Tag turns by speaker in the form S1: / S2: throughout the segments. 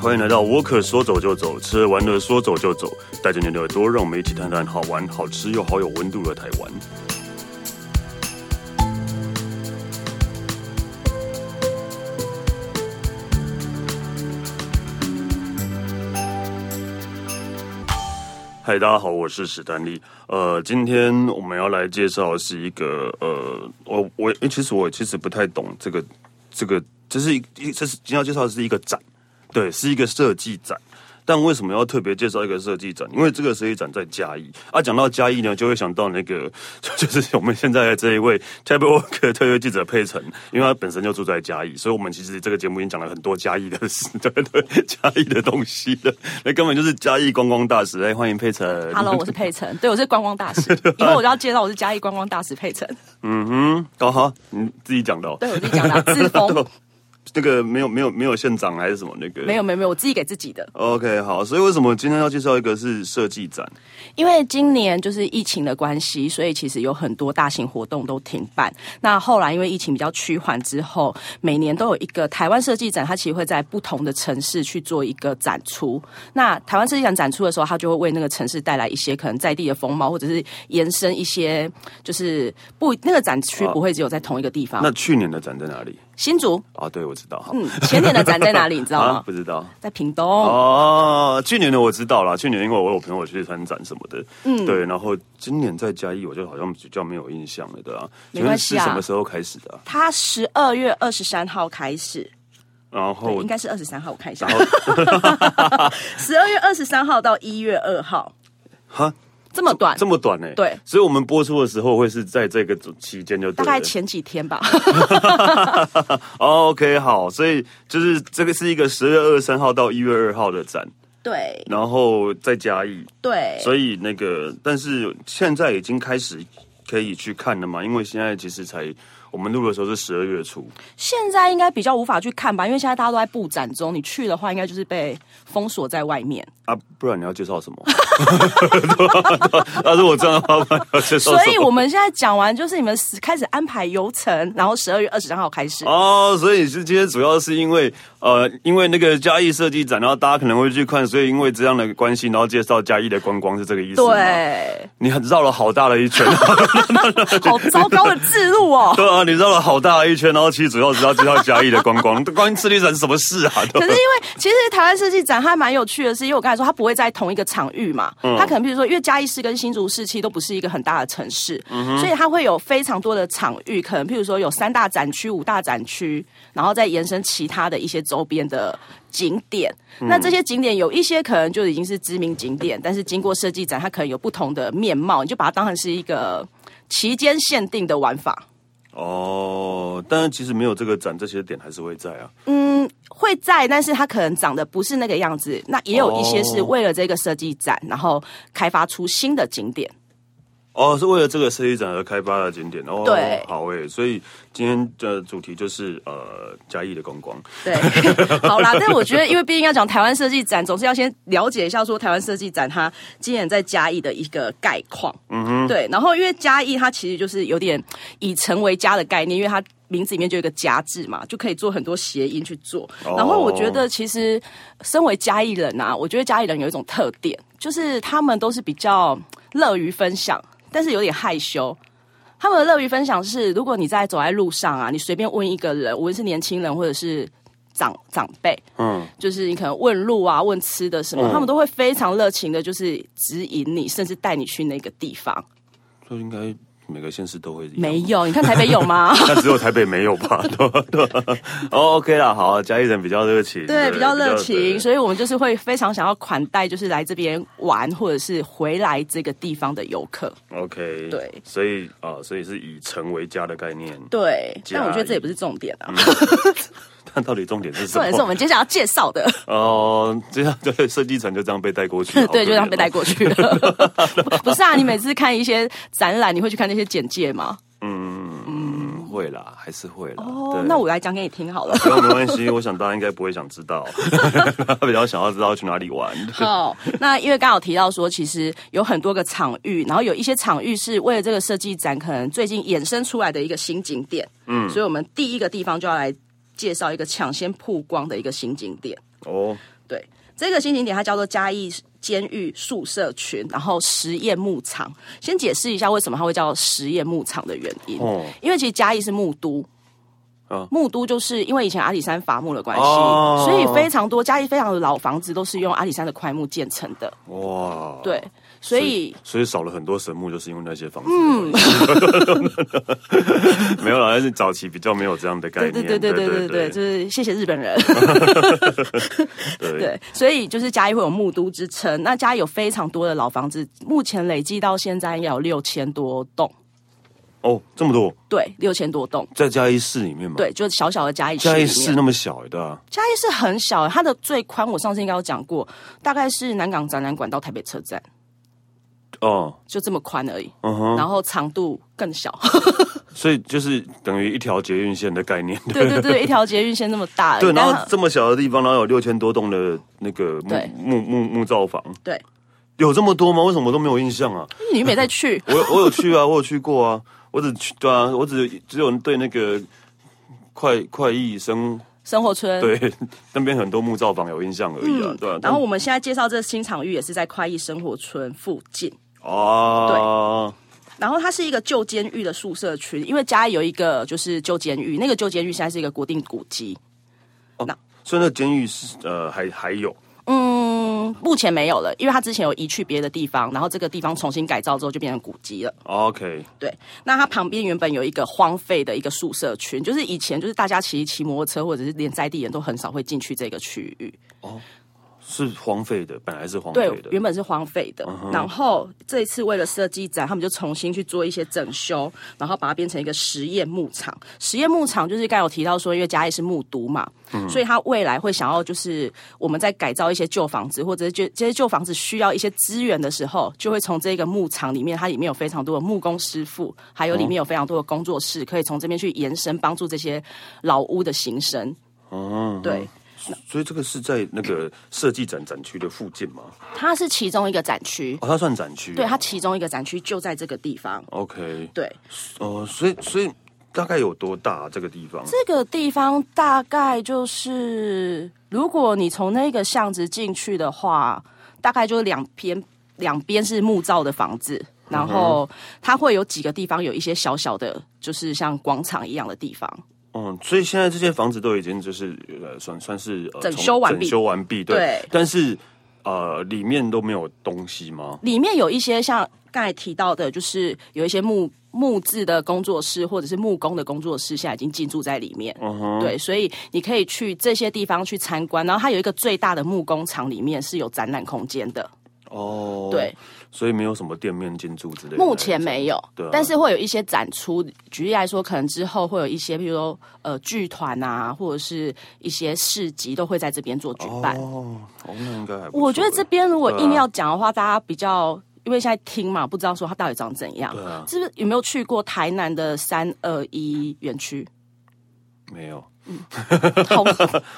S1: 欢迎来到沃克，说走就走，吃了玩乐说走就走，带着你的耳朵，让我们一起探探好玩、好吃又好有温度的台湾。嗨，大家好，我是史丹利。呃，今天我们要来介绍的是一个呃，我我、诶其实我其实不太懂这个这个，这是一这是今天要介绍的是一个展，对，是一个设计展。但为什么要特别介绍一个设计展？因为这个设计展在嘉义啊。讲到嘉义呢，就会想到那个，就是我们现在的这一位 t a b w o r k 特约记者佩晨，因为他本身就住在嘉义，所以我们其实这个节目已经讲了很多嘉义的事， 对对，嘉义的东西了。那根本就是嘉义观光大使，哎，欢迎佩晨。
S2: Hello，我是佩晨，对我是观光大使，以后我就要介绍我是嘉义观光大使佩晨，
S1: 嗯，高哈，你自己讲的、哦，
S2: 对我自己讲的啊 自封，
S1: 那个没有没有没有县长还是什么那个
S2: 没有。没有没有，我自己给自己的，
S1: OK，好，所以为什么今天要介绍一个是设计展？
S2: 因为今年就是疫情的关系，所以其实有很多大型活动都停办。那后来因为疫情比较趋缓之后，每年都有一个台湾设计展，它其实会在不同的城市去做一个展出。那台湾设计展展出的时候，它就会为那个城市带来一些可能在地的风貌，或者是延伸一些，就是不那个展区不会只有在同一个地方。
S1: 那去年的展在哪里？
S2: 新竹，
S1: 啊，对，我知道，好，
S2: 嗯， 前年的展在哪里？你知道
S1: 啊，
S2: 吗
S1: 不？知道。
S2: 在屏东。
S1: 哦，去年的我知道啦，去年因为我有朋友去参展什么的，嗯，对，然后今年在嘉义我就好像比较没有印象了，对啊，
S2: 没关系啊
S1: 请问是什么时候开始的啊、
S2: 它十二月二十三号开始，
S1: 然
S2: 对，
S1: 后
S2: 应该是二十三号，我看一下
S1: 然，后
S2: 十二月二十三号到一月二号，
S1: 哈
S2: 这么短，
S1: 哦这么短呢、
S2: 对
S1: 所以我们播出的时候会是在这个期间就
S2: 大
S1: 对
S2: 概
S1: 了。
S2: 前几 天吧。
S1: 哦 OK，好，所以就是这个是一个十月二十三号到一月二号的展，
S2: 对
S1: 然后在嘉义，
S2: 对，
S1: 所以那个，但是现在已经开始可以去看了嘛，因为现在其实才我们录的时候是十二月初，
S2: 现在应该比较无法去看吧，因为现在大家都在布展中，你去的话应该就是被封锁在外面。
S1: 啊，不然你要介绍什么？ 啊，如果这样的话，不然要介绍什么？
S2: 所以我们现在讲完，就是你们开始安排游程，然后十二月二十三号开始。
S1: 哦，所以是今天主要是因为呃，因为那个嘉义设计展，然后大家可能会去看，所以因为这样的关系，然后介绍嘉义的观光是这个意思吗，
S2: 对，
S1: 你很绕了好大的一圈，
S2: 好糟糕的制度哦。
S1: 对啊，你绕了好大的一圈，然后其实主要是要介绍嘉义的观光，关于设计展是什么事啊？
S2: 可
S1: 对
S2: 是因为其实台湾设计展它蛮有趣的是，因为我刚才说它不会在同一个场域嘛，它可能比如说因为嘉义市跟新竹市其实都不是一个很大的城市，所以它会有非常多的场域，可能譬如说有三大展区、五大展区，然后再延伸其他的一些周边的。景点，那这些景点有一些可能就已经是知名景点，但是经过设计展，它可能有不同的面貌，你就把它当成是一个期间限定的玩法。
S1: 哦，但是其实没有这个展，这些点还是会在啊。
S2: 嗯会在，但是它可能长得不是那个样子。那也有一些是为了这个设计展，然后开发出新的景点。
S1: 哦，是为了这个设计展而开发的景点哦。
S2: 对
S1: 好诶，所以今天的主题就是呃嘉义的观光。
S2: 对， 好啦，但我觉得，因为毕竟要讲台湾设计展，总是要先了解一下说台湾设计展它今年在嘉义的一个概况。嗯哼，对。然后因为嘉义它其实就是有点以城为家的概念，因为它名字里面就有一个“家”字嘛，就可以做很多谐音去做。
S1: 哦
S2: 然后我觉得，其实身为嘉义人啊，我觉得嘉义人有一种特点，就是他们都是比较乐于分享，但是有点害羞。他们的乐于分享是，如果你在走在路上啊，你随便问一个人，无论是年轻人或者是长长辈，
S1: 嗯，
S2: 就是你可能问路啊、问吃的什么，
S1: 嗯
S2: 他们都会非常热情的，就是指引你，甚至带你去那个地方。
S1: 这应该每个县市都会一样
S2: 没，有，你看台北有 吗？
S1: 那只有台北没有吧？ 对吧对吧。哦，OK 啦，好，嘉义人比较热情，
S2: 对，比较热情，
S1: 以
S2: 所以我们就是会非常想要款待，就是来这边玩或者是回来这个地方的游客。
S1: OK
S2: 对
S1: 所以啊、所以是以城为家的概念。
S2: 对，
S1: 嘉义
S2: 但我觉得这也不是重点啊，
S1: 但到底重点是什
S2: 重
S1: 么？
S2: 点是我们接下来要介绍的，
S1: 哦，这样对设计城就这样被带过去，好
S2: 对，就这样被带
S1: 可怜哦
S2: 过去了。 不不是啊，你每次看一些展览，你会去看那些简介吗？
S1: 嗯，会啦，还是会啦。
S2: 哦
S1: 对，
S2: 那我来讲给你听好了。
S1: 不用 没关系，我想大家应该不会想知 道，他比较想要知道去哪里玩。
S2: 好，那因为刚好提到说，其实有很多个场域，然后有一些场域是为了这个设计展，可能最近衍生出来的一个新景点。嗯，所以我们第一个地方就要来介绍一个抢先曝光的一个新景点。
S1: 哦，
S2: 对，这个新景点它叫做嘉义监狱宿舍群，然后实验牧场。先解释一下为什么它会叫实验牧场的原因，
S1: 哦
S2: 因为其实嘉义是木都。
S1: 啊
S2: 木都就是因为以前阿里山伐木的关系，
S1: 哦
S2: 所以非常多嘉义非常的老房子都是用阿里山的块木建成的。
S1: 哇，
S2: 对，所以
S1: 所以少了很多神木，就是因为那些房子。嗯， 没有啦，但是早期比较没有这样的概
S2: 对
S1: 念。
S2: 对对对对对对，就
S1: 对
S2: 是谢谢日本人。
S1: 对
S2: 对，所以就是嘉义会有木都之称。那嘉义有非常多的老房子，目前累计到现在应该有六千多栋，
S1: 哦，这么多
S2: 对，六千多栋，
S1: 在嘉义市里面嘛？，
S2: 对，就是小小的嘉义市
S1: 嘉
S2: 里
S1: 义
S2: 面。
S1: 市那么小的、啊，
S2: 嘉义市很小，它的最宽我上次应该有讲过，大概是南港展览馆到台北车站，
S1: 哦，
S2: 就这么宽而已。
S1: 嗯哼，
S2: 然后长度更 小，
S1: 所以就是等于一条捷运线的概念。
S2: 对对对，一条捷运线那么大而已。
S1: 对，然
S2: 但
S1: 后
S2: 它
S1: 这么小的地方，然后有六千多栋的那个木
S2: 对
S1: 木木木造房，
S2: 对，
S1: 有这么多吗？为什么我都没有印象啊？
S2: 你没再 去，
S1: 我有我有去啊，我有去过啊，我只去对啊，我只只有对那个快快意生
S2: 生活村
S1: 对 那边很多木造房有印象而已啊，对啊。
S2: 嗯然后我们现在介绍这新场域也是在快意生活村附近。
S1: 但啊，
S2: 然后它是一个旧监狱的宿舍群，因为嘉义有一个就是旧监狱，那个旧监狱现在是一个国定古迹，
S1: 所以那监狱是呃还还有
S2: 嗯，目前没有了，因为它之前有移去别的地方，然后这个地方重新改造之后就变成古迹了。
S1: 啊 OK
S2: 对，那它旁边原本有一个荒废的一个宿舍群，就是以前就是大家骑骑摩托车或者是连在地人都很少会进去这个区域，
S1: 是荒废的，本来是荒废
S2: 对
S1: 的，，嗯
S2: 原本是荒废的。然后这一次为了设计展，他们就重新去做一些整修，然后把它变成一个实验牧场。实验牧场就是刚才有提到说，因为嘉义是木都嘛，
S1: 嗯
S2: 所以他未来会想要就是我们在改造一些旧房子，或者是就这些旧房子需要一些资源的时候，就会从这个牧场里面，它里面有非常多的木工师傅，还有里
S1: 哦
S2: 面有非常多的工作室，可以从这边去延伸帮助这些老屋的形生。
S1: 嗯，
S2: 对。
S1: 所以这个是在那个设计展展区的附近嘛？
S2: 它是其中一个展区，
S1: 哦，它算展区，
S2: 对，它其中一个展区就在这个地方。
S1: OK
S2: 对，
S1: 哦，所以所以大概有多大、啊这个地方？
S2: 这个地方大概就是，如果你从那个巷子进去的话，大概就是两边两边是木造的房子，然后它会有几个地方有一些小小的，就是像广场一样的地方。
S1: 嗯，所以现在这些房子都已经就是呃，算算是、呃、
S2: 整
S1: 从
S2: 修完毕
S1: 整修完毕，对。
S2: 对
S1: 但是呃，里面都没有东西吗？
S2: 里面有一些像刚才提到的，就是有一些木木质的工作室或者是木工的工作室，现在已经进驻在里
S1: 嗯
S2: 面。对，所以你可以去这些地方去参观。然后它有一个最大的木工厂，里面是有展览空间的。
S1: 哦，
S2: 对，，
S1: 所以没有什么店面进驻之类的。
S2: 目前没有，
S1: 对啊
S2: 但是会有一些展出。举例来说，可能之后会有一些，比如说呃剧团啊，或者是一些市集，都会在这边做举办。
S1: 哦，哦，那应该还不错
S2: 我觉得这边如果
S1: 对啊
S2: 硬要讲的话，大家比较。因为现在听嘛，不知道说它到底长怎样，
S1: 对啊
S2: 是不是有没有去过台南的三二一园 区？
S1: 没有，
S2: 好，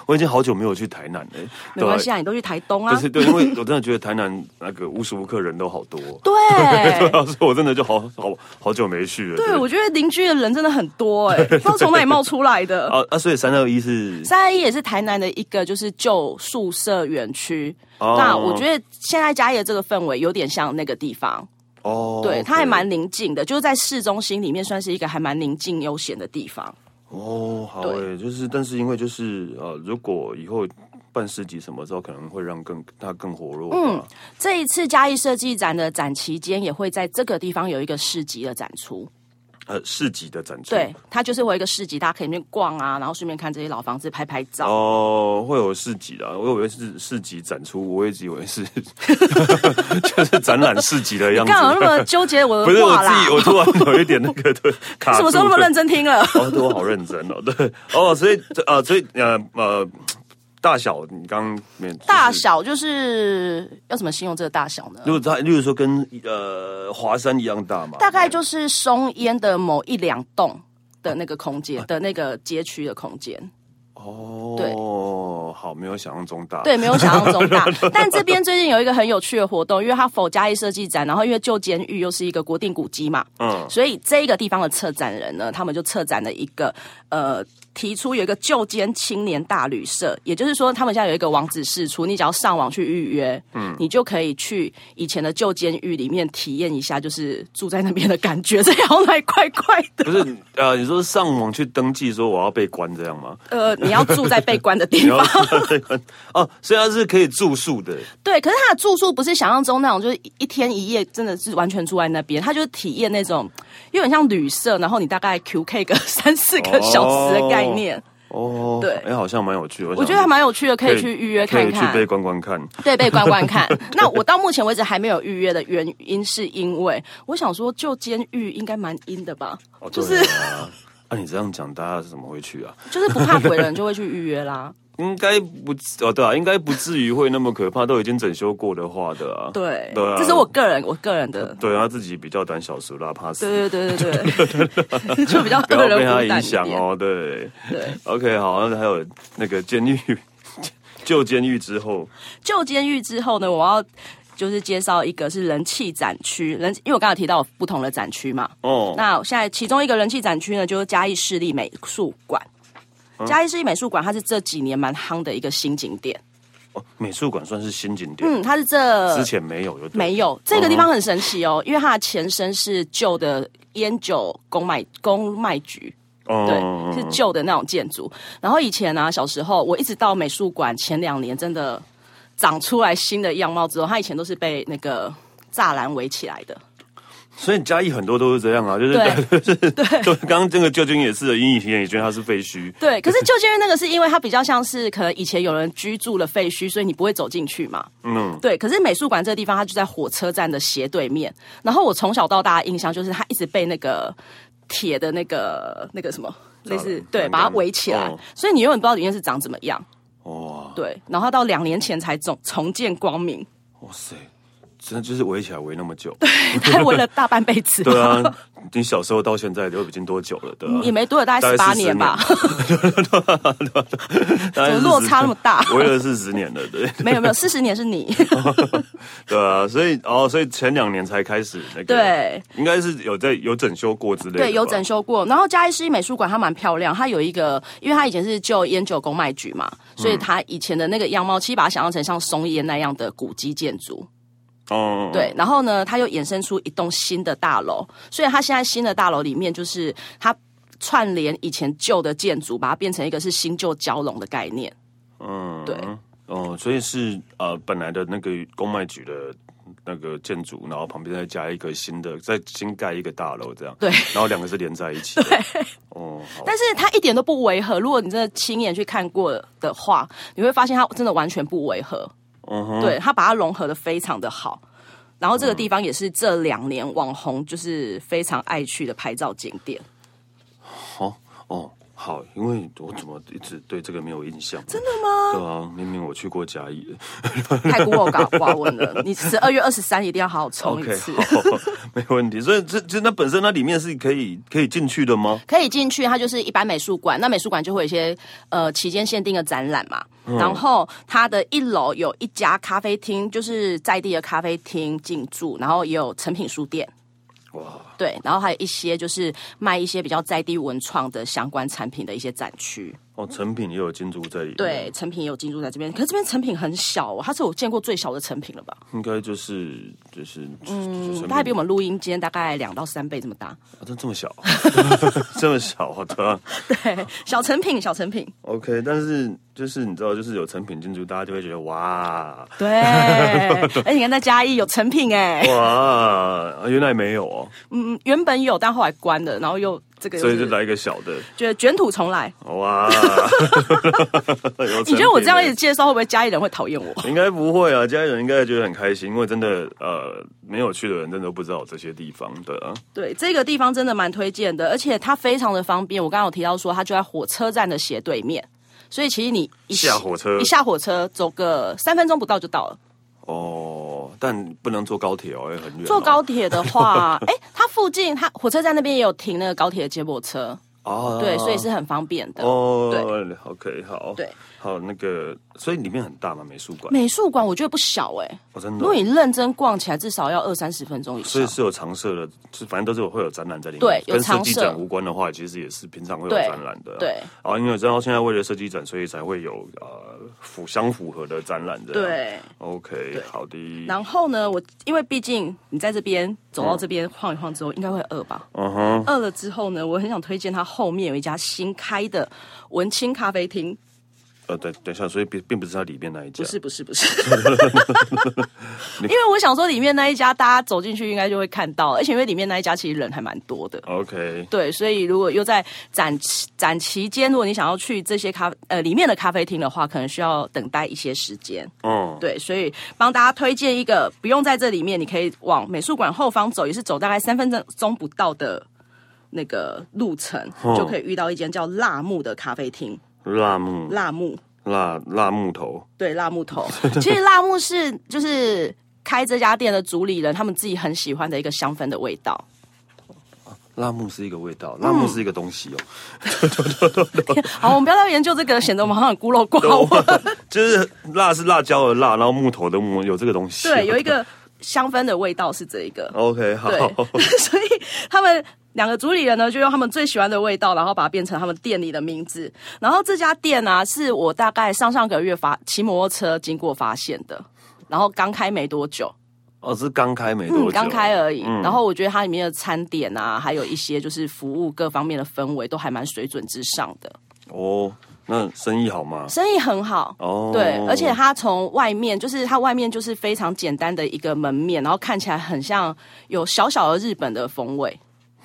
S1: 我已经好久没有去台南了。
S2: 没关系啊，你都去台东啊，
S1: 就是对，因为我真的觉得台南那个无时无刻人都好多，
S2: 对
S1: 对啊，所以我真的就好好好久没去了。
S2: 对，我觉得邻居的人真的很多哎、不知道从哪里冒出来的。
S1: 啊啊，所以三二一是
S2: 三二一也是台南的一个就是旧宿舍园区。
S1: 哦
S2: 那我觉得现在嘉义的这个氛围有点像那个地方，
S1: 哦，
S2: 对，它还
S1: OK
S2: 蛮宁静的，就是在市中心里面算是一个还蛮宁静悠闲的地方。
S1: 哦，好
S2: 对
S1: 诶，就是但是因为就是呃，如果以后办市集什么时候可能会让更它更活络吧，嗯，
S2: 这一次嘉义设计展的展期间，也会在这个地方有一个市集的展出。
S1: 呃，市集的展出，
S2: 对，它就是会有一个市集，大家可以去逛啊，然后顺便看这些老房子拍拍照。
S1: 哦，会有市集的啊，我以为是市集展出，我一直以为是 就是展览市集的样子
S2: 干，嘛那么纠结 我
S1: 不
S2: 的
S1: 是我
S2: 话
S1: 自
S2: 啦
S1: 己，？我突然有一点那个对卡住，
S2: 什么时候那么认真听 了？
S1: 哦，对我好认真哦，对哦，所以呃，所以呃呃，大小你刚刚没就是
S2: 大小就是要怎么形容这个大小呢？
S1: 如果它，例如说跟呃华山一样大嘛，
S2: 大概就是松烟的某一两栋的那个空
S1: 啊
S2: 间的那个街区的空间，
S1: 哦，好，没有想象中大，
S2: 对，没有想象中 大。但这边最近有一个很有趣的活动，因为它否嘉义设计展，然后因为旧监狱又是一个国定古迹嘛，
S1: 嗯，
S2: 所以这个地方的策展人呢，他们就策展了一个呃提出有一个旧间青年大旅社，也就是说，他们现在有一个网址释出，你只要上网去预约，嗯，你就可以去以前的旧监狱里面体验一下，就是住在那边的感觉，这样好像还怪怪的。
S1: 不是呃，你说上网去登记说我要被关这样吗？
S2: 呃，你要住在被关的地
S1: 你要
S2: 方，
S1: 被关哦，所以它是可以住宿的，
S2: 对。可是他的住宿不是想象中那种，就是一一天一夜，真的是完全住在那边。他就是体验那种有点像旅社，然后你大概 QK 个 三四个小时的概念。
S1: 哦，
S2: 对
S1: 哎，好像蛮有趣，我
S2: 我
S1: 想
S2: 觉得还蛮有趣的，可以去预约看
S1: 可以去
S2: 看。
S1: 被关关看。
S2: 对，被关 关看。那我到目前为止还没有预约的原因，是因为我想说，就监狱应该蛮阴的吧，
S1: 哦
S2: 就
S1: 对
S2: 是
S1: 啊，啊，你这样讲，大家是怎么会去啊？
S2: 就是不怕鬼的人就会去预约 啦。
S1: 应该不哦，对啊，应该不至于会那么可怕，都已经整修过的话的啊。
S2: 对，
S1: 对啊
S2: 这是我个人我个 人的，
S1: 对啊，自己比较胆小，蛇啦，怕死，
S2: 对对对对 对，就比较
S1: 不要
S2: 恶
S1: 被
S2: 人
S1: 他
S2: 孤
S1: 影
S2: 胆一
S1: 响
S2: 点。
S1: 哦。对
S2: 对，
S1: ，OK，好，那还有那个监狱， 旧监狱之后，
S2: 旧监狱之后呢，我要。就是介绍一个是人气展区，人因为我刚才提到有不同的展区嘛，
S1: 哦，
S2: 那现在其中一个人气展区呢，就是嘉义市立美术馆。
S1: 嗯
S2: 嘉义市立美术馆，它是这几年蛮夯的一个新景点。
S1: 哦美术馆算是新景点，
S2: 嗯，它是这
S1: 之前嗯没有就对
S2: 没有这个地方很神奇哦，因为它的前身是旧的烟酒公卖公卖局。
S1: 哦
S2: 对，是旧的那种建筑。然后以前呢、小时候我一直到美术馆前两年，真的长出来新的样貌之后，它以前都是被那个栅栏围起来的。
S1: 所以嘉义很多都是这样啊，就是
S2: 对
S1: 就是就刚刚这个旧金也是，因以前也觉得它是废墟，
S2: 对，可是旧监狱那个是因为它比较像是可能以前有人居住的废墟，所以你不会走进去嘛。
S1: 嗯，
S2: 对，可是美术馆这个地方，它就在火车站的斜对面。然后我从小到大的印象就是，它一直被那个铁的那个那个什么，类似对，
S1: 栏杆
S2: 把它围起来，
S1: 哦
S2: 所以你永远不知道里面是长怎么样。
S1: 哇，
S2: 对，然后到两年前才重重见光明，
S1: 哇塞，真的就是围起来围那么久，
S2: 他围了大半辈子，
S1: 对 啊，你小时候到现在都已经多久了？对啊，
S2: 也没多久，大
S1: 大概
S2: 概十八
S1: 40
S2: 年吧，
S1: 大啊
S2: 怎
S1: 概
S2: 么
S1: 是
S2: 落差那么大？
S1: 围了四十年了，对
S2: 没有没有，四十年是你，
S1: 对啊，所以哦，所以前两年才开始那个，
S2: 对，
S1: 应该是有在有整修过之类的，
S2: 对，有整。修过。然后嘉义市立美术馆它蛮漂亮，它有一个，因为它以前是旧烟酒公卖局嘛，所以它以前的那个样貌，其实把它想象成像松烟那样的古迹建筑。
S1: 哦，
S2: 对，然后呢，它又衍生出一栋新的大楼，所以它现在新的大楼里面就是它串联以前旧的建筑，把它变成一个是新旧交融的概 念。
S1: 嗯，
S2: 对，
S1: 哦，所以是呃本来的那个公卖局的那个建筑，然后旁边再加一个新的，再新盖一个大楼这样，
S2: 对
S1: 然后两个是连在一 起的，哦，好，
S2: 但是它一点都不违和。如果你真的亲眼去看过的话，你会发现它真的完全不违和。
S1: 嗯哼，
S2: 对，它把它融合的非常的好。然后这个地方也是这两年网红就是非常爱去的拍照景点，
S1: 好，哦，好，因为我怎么一直对这个没有印象？真
S2: 真的吗？
S1: 对啊，明明我去过嘉义。
S2: 太古我搞挂问了，你十二月二十三一定要好好冲一
S1: OK，
S2: 次。
S1: 好， 没问题。所以这这那本身它里面是可以可以进去的吗？
S2: 可以进去，它就是一般美术馆。那美术馆就会有一些呃期间限定的展览嘛。然后它的一楼有一家咖啡厅，就是在地的咖啡厅进驻，然后也有成品书店，
S1: 哇，
S2: 对，然后还有一些就是卖一些比较在地文创的相关产品的一些展区。
S1: 哦，成品也有进驻在里面，
S2: 对，，成品也有进驻在这边，可是这边成品很小、哦，它是我见过最小的成品了吧？
S1: 应该就是就是嗯，
S2: 它还比我们录音间大概两到三倍这么大。
S1: 啊， 这这么小，这么小啊，对啊。
S2: 对，小成品，小成品，
S1: OK，但是就是你知道，就是有成品进驻，大家就会觉得哇
S2: 对。哎，你看在嘉义有成品哎、
S1: 哇，啊原来没有哦，
S2: 嗯，原本有，但后来关了，然后又这个又
S1: 所以
S2: 是，
S1: 就来一个小的
S2: 觉得卷土重来。
S1: 哇。有
S2: 你觉得我这样一
S1: 成品
S2: 直介绍，会不会家里人会讨厌我？
S1: 应该不会啊，家里人应该觉得很开心，因为真的呃，没有去的人真的不知道这些地方的、啊。
S2: 对，这个地方真的蛮推荐的，而且它非常的方便。我刚刚有提到说，它就在火车站的斜对面，所以其实你一
S1: 下火车
S2: 一下火车走个三分钟不到就到了。
S1: 哦，但不能坐高铁哦，也很远哦、
S2: 坐高铁的话，哎，它附近它火车站那边也有停那个高铁的接驳车，
S1: 哦，
S2: 对，所以是很方便的。
S1: 哦，OK，好，
S2: 对，
S1: 好，那个，所以里面很大嘛，美术馆，
S2: 美术馆我觉得不小哎、
S1: 哦，真
S2: 如
S1: 的
S2: 果
S1: 哦，
S2: 你认真逛起来，至少要二三十分钟以
S1: 所以
S2: 上。
S1: 是有常设的，是反正都是有会有展览在里面，
S2: 对有
S1: 跟设计
S2: 常设
S1: 展无关的话，其实也是平常会有
S2: 对
S1: 展览的，
S2: 对
S1: 然后因为我知道现在为了设计展，所以才会有呃符相符合的展览的。
S2: 对，
S1: ，OK，好的。
S2: 然后呢，我因为毕竟你在这边走到这边晃一晃之后，应该会饿吧？
S1: 嗯哼，
S2: 饿了之后呢，我很想推荐它后面有一家新开的文青咖啡厅，
S1: 呃，等等一下，所以并并不是它里面那一家，
S2: 不是不是不是， 因为我想说里面那一家大家走进去应该就会看到，而且因为里面那一家其实人还蛮多的。
S1: OK，
S2: 对，所以如果又在展期展期间，如果你想要去这些咖呃里面的咖啡厅的话，可能需要等待一些时间。
S1: 嗯，
S2: 对，所以帮大家推荐一个不用在这里面，你可以往美术馆后方走，也是走大概三分钟不到的那个路程，
S1: 哦
S2: 就可以遇到一间叫辣木的咖啡厅。
S1: 辣木
S2: 辣木，
S1: 辣辣木头，
S2: 对，辣木头。其实辣木是就是开这家店的主理人他们自己很喜欢的一个香氛的味道。
S1: 辣木是一个味道，辣
S2: 嗯
S1: 木是一个东西哦。
S2: 好，我们不要再研究这个，显得我们好像很孤陋寡闻。
S1: 就是辣是辣椒的辣，然后木头的木，有这个东西。
S2: 对，有一个香氛的味道是这一个。
S1: OK，好，
S2: 对，所以他们两个主理人呢，就用他们最喜欢的味道，然后把它变成他们店里的名字。然后这家店啊，是我大概上上个月发骑摩托车经过发现的。然后刚开没多久，
S1: 哦，是刚开没多
S2: 嗯，
S1: 久，
S2: 刚开而已。然后我觉得它里面的餐点啊，还有一些就是服务各方面的氛围，都还蛮水准之上的，
S1: 哦，那生意好吗？
S2: 生意很好。
S1: 哦，
S2: 对，而且它从外面就是它外面就是非常简单的一个门面，然后看起来很像有小小的日本的风味，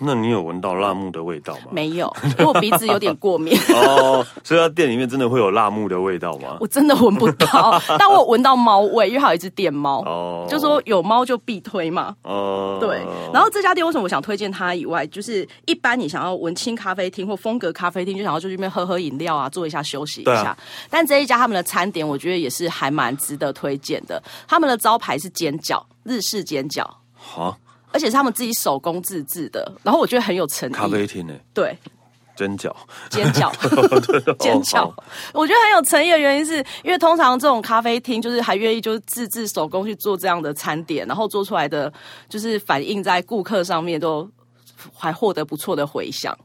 S1: 那你有闻到辣木的味道吗？
S2: 没有，因为我鼻子有点 过敏，
S1: 哦，所以它店里面真的会有辣木的味道吗？
S2: 我真的闻不到， 但我有闻到猫味，因为还有一只电猫，
S1: 哦
S2: 就说有猫就必推嘛。
S1: 哦，
S2: 对，然后这家店为什么我想推荐它以外，就是一般你想要文青咖啡厅或风格咖啡厅，就想要就去那边喝喝饮料啊，坐一下休息一
S1: 对啊
S2: 下。但这一家他们的餐点，我觉得也是还蛮值得推荐的。他们的招牌是煎饺，日式煎饺。
S1: 好，
S2: 而且是他们自己手工自制的，然后我觉得很有诚意。
S1: 咖啡厅呢，
S2: 对，
S1: 蒸饺，
S2: 煎 饺，
S1: 哦
S2: 煎饺， 我觉得很有诚意的原因是因为通常这种咖啡厅就是还愿意就是自制手工去做这样的餐点，然后做出来的就是反映在顾客上面都还获得不错的回响。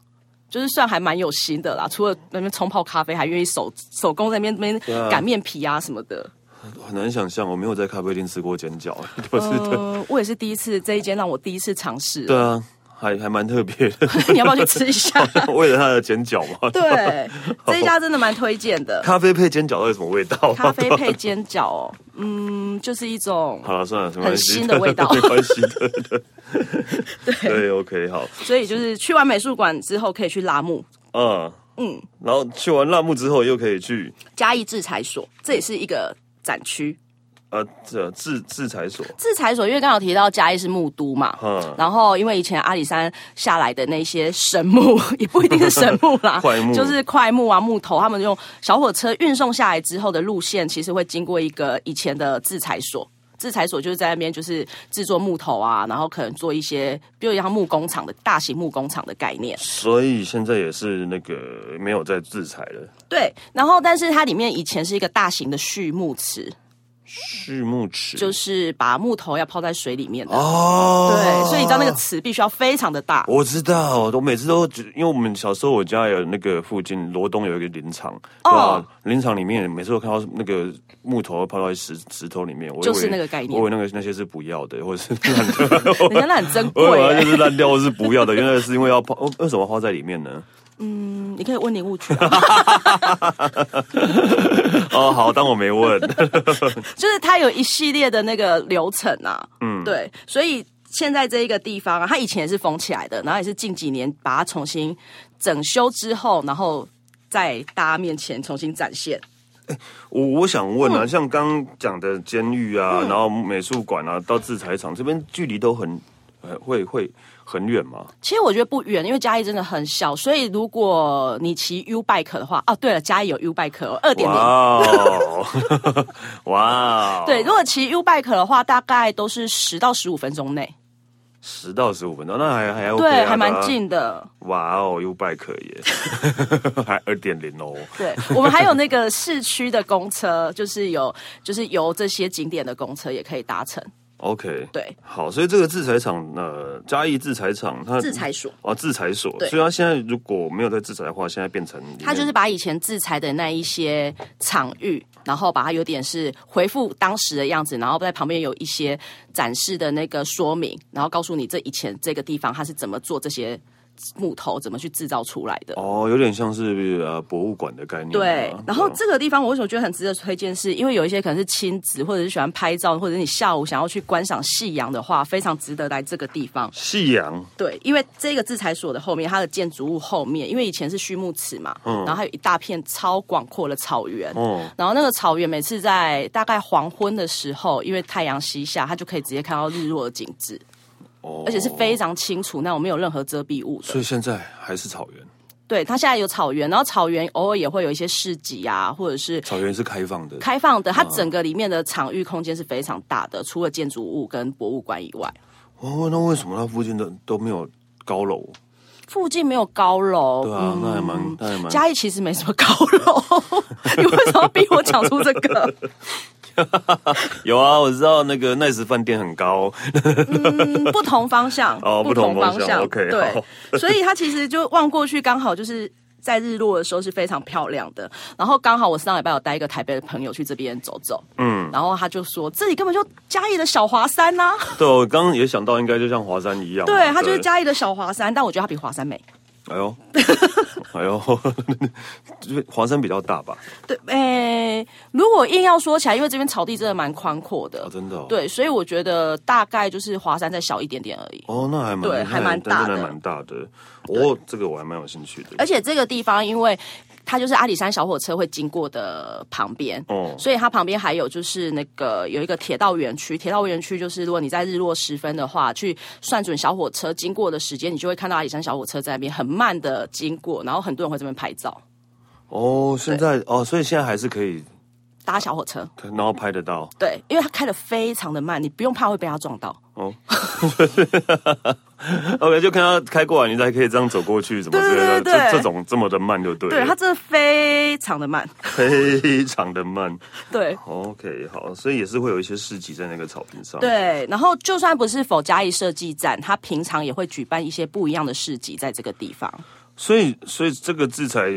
S2: 就是算还蛮有心的啦，除了那边冲泡咖啡，还愿意手手工在那边那边
S1: 啊
S2: 擀面皮啊什么的。
S1: 哦很难想象，我没有在咖啡厅吃过煎饺，都是对，
S2: 嗯、我也是第一次，这一间让我第一次尝试。
S1: 对啊，还还蛮特别的，
S2: 你要不要去吃一下？
S1: 为了它的煎饺嘛，
S2: 对，这一家真的蛮推荐的。
S1: 咖啡配煎饺到底什么味道啊？
S2: 咖啡配煎饺哦，嗯，就是一种，
S1: 好了，算了，没关系，
S2: 很新的味道
S1: 没关系的。 对对，OK，好，
S2: 所以就是去完美术馆之后可以去拉木
S1: 嗯嗯，然后去完辣木之后，又可以去
S2: 嘉义制裁所，这也是一个展区。
S1: 呃这制制裁所，
S2: 制裁所，因为刚好提到嘉义是木都嘛，
S1: 嗯
S2: 然后因为以前阿里山下来的那些神木， 也不一定是神木 啦，
S1: 块木
S2: 就是块木啊、木头，他们用小火车运送下来之后的路线，其实会经过一个以前的制裁所。制裁所就是在那边，就是制作木头啊，然后可能做一些，比如像木工厂的大型木工厂的概念。
S1: 所以现在也是那个没有在制裁了。
S2: 对，然后但是它里面以前是一个大型的畜牧池，
S1: 畜牧池
S2: 就是把木头要泡在水里面的。
S1: 哦，
S2: 对，所以你知道那个池必须要非常的大。
S1: 我知道，我每次都觉因为我们小时候我家有那个附近罗东有一个林场，
S2: 哦
S1: 对啊吧？林场里面每次都看到那个木头泡到石石头里面，我以为
S2: 就是那个概念
S1: 我以为那个那些是不要的，或者是
S2: 人家那很珍
S1: 我以为
S2: 贵啊
S1: 它啊就
S2: 耶，
S1: 是烂掉或是不要的，原来是因为要泡，哦为什么泡在里面呢？
S2: 嗯你可以问林务局啊，
S1: 哦，好，当我没问。
S2: 就是它有一系列的那个流程啊，嗯，对，所以现在这一个地方啊，它以前也是封起来的，然后也是近几年把它重新整修之后，然后在大家面前重新展现。
S1: 我我想问
S2: 嗯
S1: 啊，像刚刚讲的监狱啊，然后美术馆啊，到制裁场这边距离都很，呃，会会很远吗？
S2: 其实我觉得不远，因为嘉义真的很小，所以如果你骑 U bike 的话，哦，对了，嘉义有 U bike 二点零。
S1: 哇哦， 哇哦，哦
S2: 对，如果骑 U bike 的话，大概都是十到十五分钟内。
S1: 十到十五分钟，那还还 OK，、啊、
S2: 对，还蛮
S1: 大家。
S2: 近的。
S1: 哇哦，U bike 耶， 还二点零哦。
S2: 对，我们还有那个市区的公车，就是有 就是由这些景点的公车也可以搭乘。
S1: OK，
S2: 对，
S1: 好，所以这个制裁厂，呃，嘉义制裁厂，它
S3: 制裁所。
S1: 哦，制裁所，
S3: 对
S1: 所以它现在如果没有在制裁的话，现在变成里
S2: 他就
S1: 面
S2: 是把以前制裁的那一些场域，然后把它有点是回复当时的样子，然后在旁边有一些展示的那个说明，然后告诉你这以前这个地方它是怎么做这些木头，怎么去制造出来的。
S1: 哦，有点像是呃博物馆的概念啊。
S2: 对，然后
S1: 对啊
S2: 这个地方我为什么觉得很值得推荐是？因为有一些可能是亲子，或者是喜欢拍照，或者是你下午想要去观赏夕阳的话，非常值得来这个地方。
S1: 夕阳，
S2: 对，因为这个制裁所的后面，它的建筑物后面，因为以前是畜牧池嘛，然后还有一大片超广阔的草原。
S1: 嗯哦，
S2: 然后那个草原每次在大概黄昏的时候，因为太阳西下，它就可以直接看到日落的景致，
S1: 哦，
S2: 而且是非常清楚，那我没有任何遮蔽物的。
S1: 所以现在还是草原，
S2: 对，它现在有草原，然后草原偶尔也会有一些市集啊，或者是
S1: 草原是开放的。
S2: 开放的，
S1: 嗯
S2: 它整个里面的场域空间是非常大的，除了建筑物跟博物馆以外，
S1: 哦，那为什么它附近的都没有高楼？
S2: 附近没有高楼。嗯
S1: 对啊，那还蛮，那还蛮。
S2: 嘉义其实没什么高 楼，你为什么要逼我讲出这个？
S1: 有啊，我知道那个 Nice 饭店很高，
S2: 嗯，不同方向，
S1: 哦不同方向，OK，
S2: 对，所以它其实就望过去，刚好就是在日落的时候是非常漂亮的。然后刚好我上礼拜有带一个台北的朋友去这边走走，嗯，然后他就说这里根本就嘉义的小华山呐、
S1: 对，我刚刚也想到，应该就像华山一样嘛。
S2: 对，它就是嘉义的小华山，但我觉得它比华山美。
S1: 哎呦，哎呦， 就是华山比较大吧？
S2: 对，诶、如果硬要说起来，因为这边草地真的蛮宽阔的，
S1: 哦，真的、哦。。
S2: 对，所以我觉得大概就是华山再小一点点而已。
S1: 哦，那还蛮
S2: 对
S1: 那
S2: 还蛮
S1: 那
S2: 大的
S1: 真的还蛮大的。哦，这个我还蛮有兴趣的。
S2: 而且这个地方，因为它就是阿里山小火车会经过的旁边，
S1: 哦
S2: 所以它旁边还有就是那个有一个铁道园区。铁道园区就是如果你在日落时分的话，去算准小火车经过的时间，你就会看到阿里山小火车在那边很慢的经过，然后很多人会这边拍照，
S1: 哦，现在哦，所以现在还是可以，
S2: 搭小火车。
S1: 然后拍得到。
S2: 对，因为它开的非常的慢，你不用怕会被它撞到。
S1: 哦 OK，就看他开过来，你才可以这样走过去，怎么之类的。
S2: 对对对对
S1: 这这种这么的慢就对了。
S2: 对，它真的非常的慢。
S1: 非常的慢。
S2: 对。
S1: OK，好，所以也是会有一些市集在那个草坪上。，
S2: 对，然后就算不是否嘉义设计展，它平常也会举办一些不一样的市集在这个地方。
S1: 所以所以这个制裁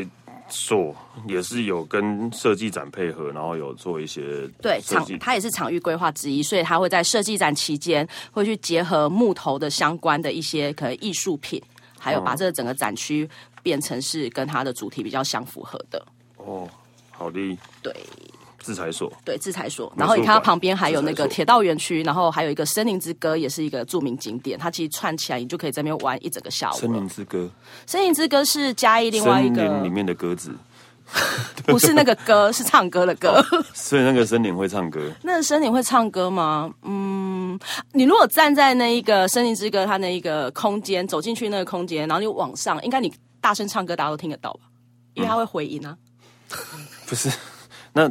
S1: 所也是有跟设计展配合，然后有做一些
S2: 对，
S1: 设
S2: 场
S1: 计。
S2: 它也是场域规划之一，所以它会在设计展期间会去结合木头的相关的一些可能艺术品，还有把这个整个展区变成是跟它的主题比较相符合的。
S1: 哦，好的，
S2: 对
S1: 制裁所。
S2: 对，制裁所。
S1: 美术馆
S2: 然后你看它旁边还有那
S1: 制裁
S2: 个
S1: 所
S2: 铁道园区，然后还有一个森林之歌，也是一个著名景点。它其实串起来，你就可以在那边玩一整个下午了。
S1: 森林之歌，
S2: 森林之歌是嘉义另外一
S1: 森林里
S2: 个，
S1: 面的鸽子，
S2: 不是那个歌，是唱歌的歌。
S1: 所以那个森林会唱歌。
S2: 那森林会唱歌吗？嗯，你如果站在那一个森林之歌它那一个空间走进去那个空间，然后你往上，应该你大声唱歌，大家都听得到吧？因为它会回音啊。
S1: 不是，那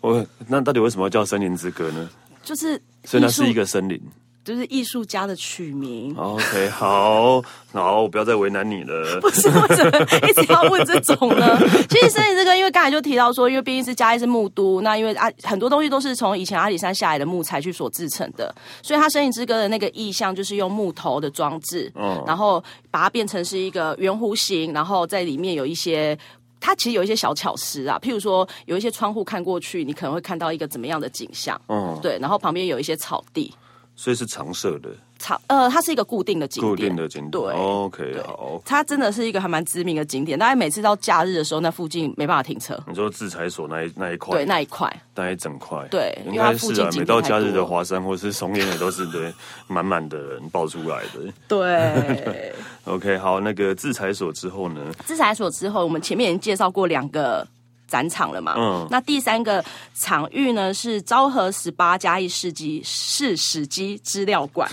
S1: 我那到底为什么要叫森林之歌呢？
S2: 就是
S1: 所以
S2: 艺
S1: 它
S2: 术，
S1: 是一个森林。
S2: 就是艺术家的取名。
S1: OK，好，好，我不要再为难你了。
S2: 不是为什么一直要问这种呢？ 其实森林之歌，因为刚才就提到说，因为毕竟是嘉义是木都，那因为啊很多东西都是从以前阿里山下来的木材去所制成的，所以它森林之歌的那个意象就是用木头的装置，
S1: 嗯
S2: 然后把它变成是一个圆弧形，然后在里面有一些。它其实有一些小巧思啊，譬如说有一些窗户看过去，你可能会看到一个怎么样的景象，
S1: 嗯，
S2: 对，然后旁边有一些草地，
S1: 所以是常设的，
S2: 草呃，它是一个固定的景点，
S1: 固定的景点。
S2: 对
S1: OK，
S2: 对
S1: 好。
S2: 它真的是一个还蛮知名的景点，大家每次到假日的时候，那附近没办法停车。
S1: 你说制裁所那一那一块，
S2: 对那一块，
S1: 那一整块，
S2: 对
S1: 应
S2: 因为它
S1: 该
S2: 附
S1: 是
S2: 近
S1: 啊。
S2: 景
S1: 每
S2: 点
S1: 到
S2: 太
S1: 假日
S2: 多
S1: 的
S2: 了
S1: 华山或是松烟也都是对满满的人爆出来的。
S2: 对
S1: OK，好，那个制裁所之后呢？
S2: 制裁所之后，我们前面已经介绍过两个展场了嘛，
S1: 嗯
S2: 那第三个 场域呢是昭和十八嘉义市集市史基资料馆，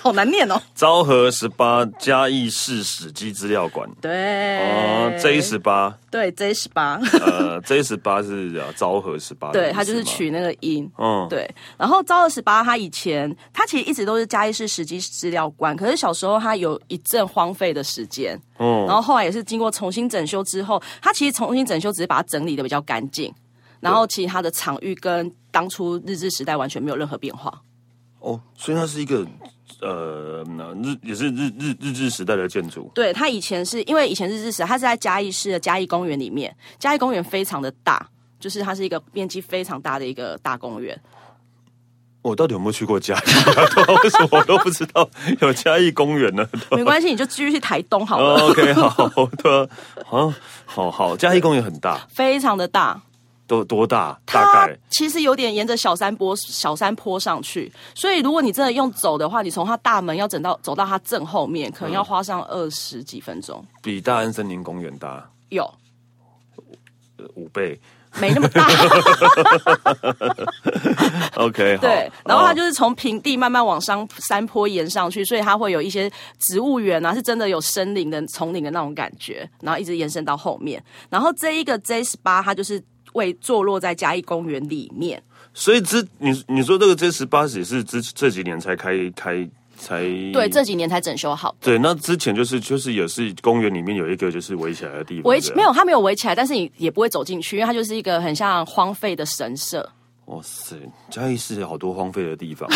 S2: 好难念哦。
S1: 昭和十八嘉义市史迹资料馆。
S2: 对，
S1: 哦，J 十八，
S2: 对 J 十八，
S1: 呃，J 十八是啊昭和十八，
S2: 对，它就是，取那个音。
S1: 嗯，
S2: 对，然后昭和十八，他以前他其实一直都是嘉义市史迹资料馆，可是小时候他有一阵荒废的时间，
S1: 嗯
S2: 然后后来也是经过重新整修之后，他其实重新整修只是把它整理的比较干净，然后其实它的场域跟当初日治时代完全没有任何变化。
S1: 哦，所以它是一个呃日也是日日日治时代的建筑，
S2: 对，它以前是因为以前日治时代，它是在嘉义市的嘉义公园里面，嘉义公园非常的大，就是它是一个面积非常大的一个大 公园。
S1: 我到底有没有去过嘉义？啊 对为什么我都不知道有嘉义公园呢？
S2: 没关系，你就继续去台东 好了，
S1: 哦 OK，好， 对啊，啊，好好，嘉义公园很大，
S2: 非常的大。
S1: 多多大？ 大
S2: 它
S1: 概
S2: 其实有点沿着小山坡小山坡上去，所以如果你真的用走的话，你从它大门要整到走到它正后面，
S1: 嗯
S2: 可能要花上二十几分钟。
S1: 比大安森林公园大
S2: 有
S1: 呃五倍。
S2: 没那么 大，
S1: OK，好
S2: 对。然后它
S1: 哦
S2: 就是从平地慢慢往上山坡沿上去，所以它会有一些植物园啊，是真的有森林的丛林的那种感觉，然后一直延伸到后面。然后这一个 J 十八，它就是位坐落在嘉义公园里面。
S1: 所以之你你说这个 J 十八也是之这几年才开开才
S2: 对，这几年才整修好。
S1: 对，那之前就是就是也是公园里面有一个就是围起来的地方，
S2: 围
S1: 这样
S2: 没有，它没有围起来，但是你也不会走进去，因为它就是一个很像荒废的神 社。
S1: 哇塞，嘉义市好多荒废的地方。！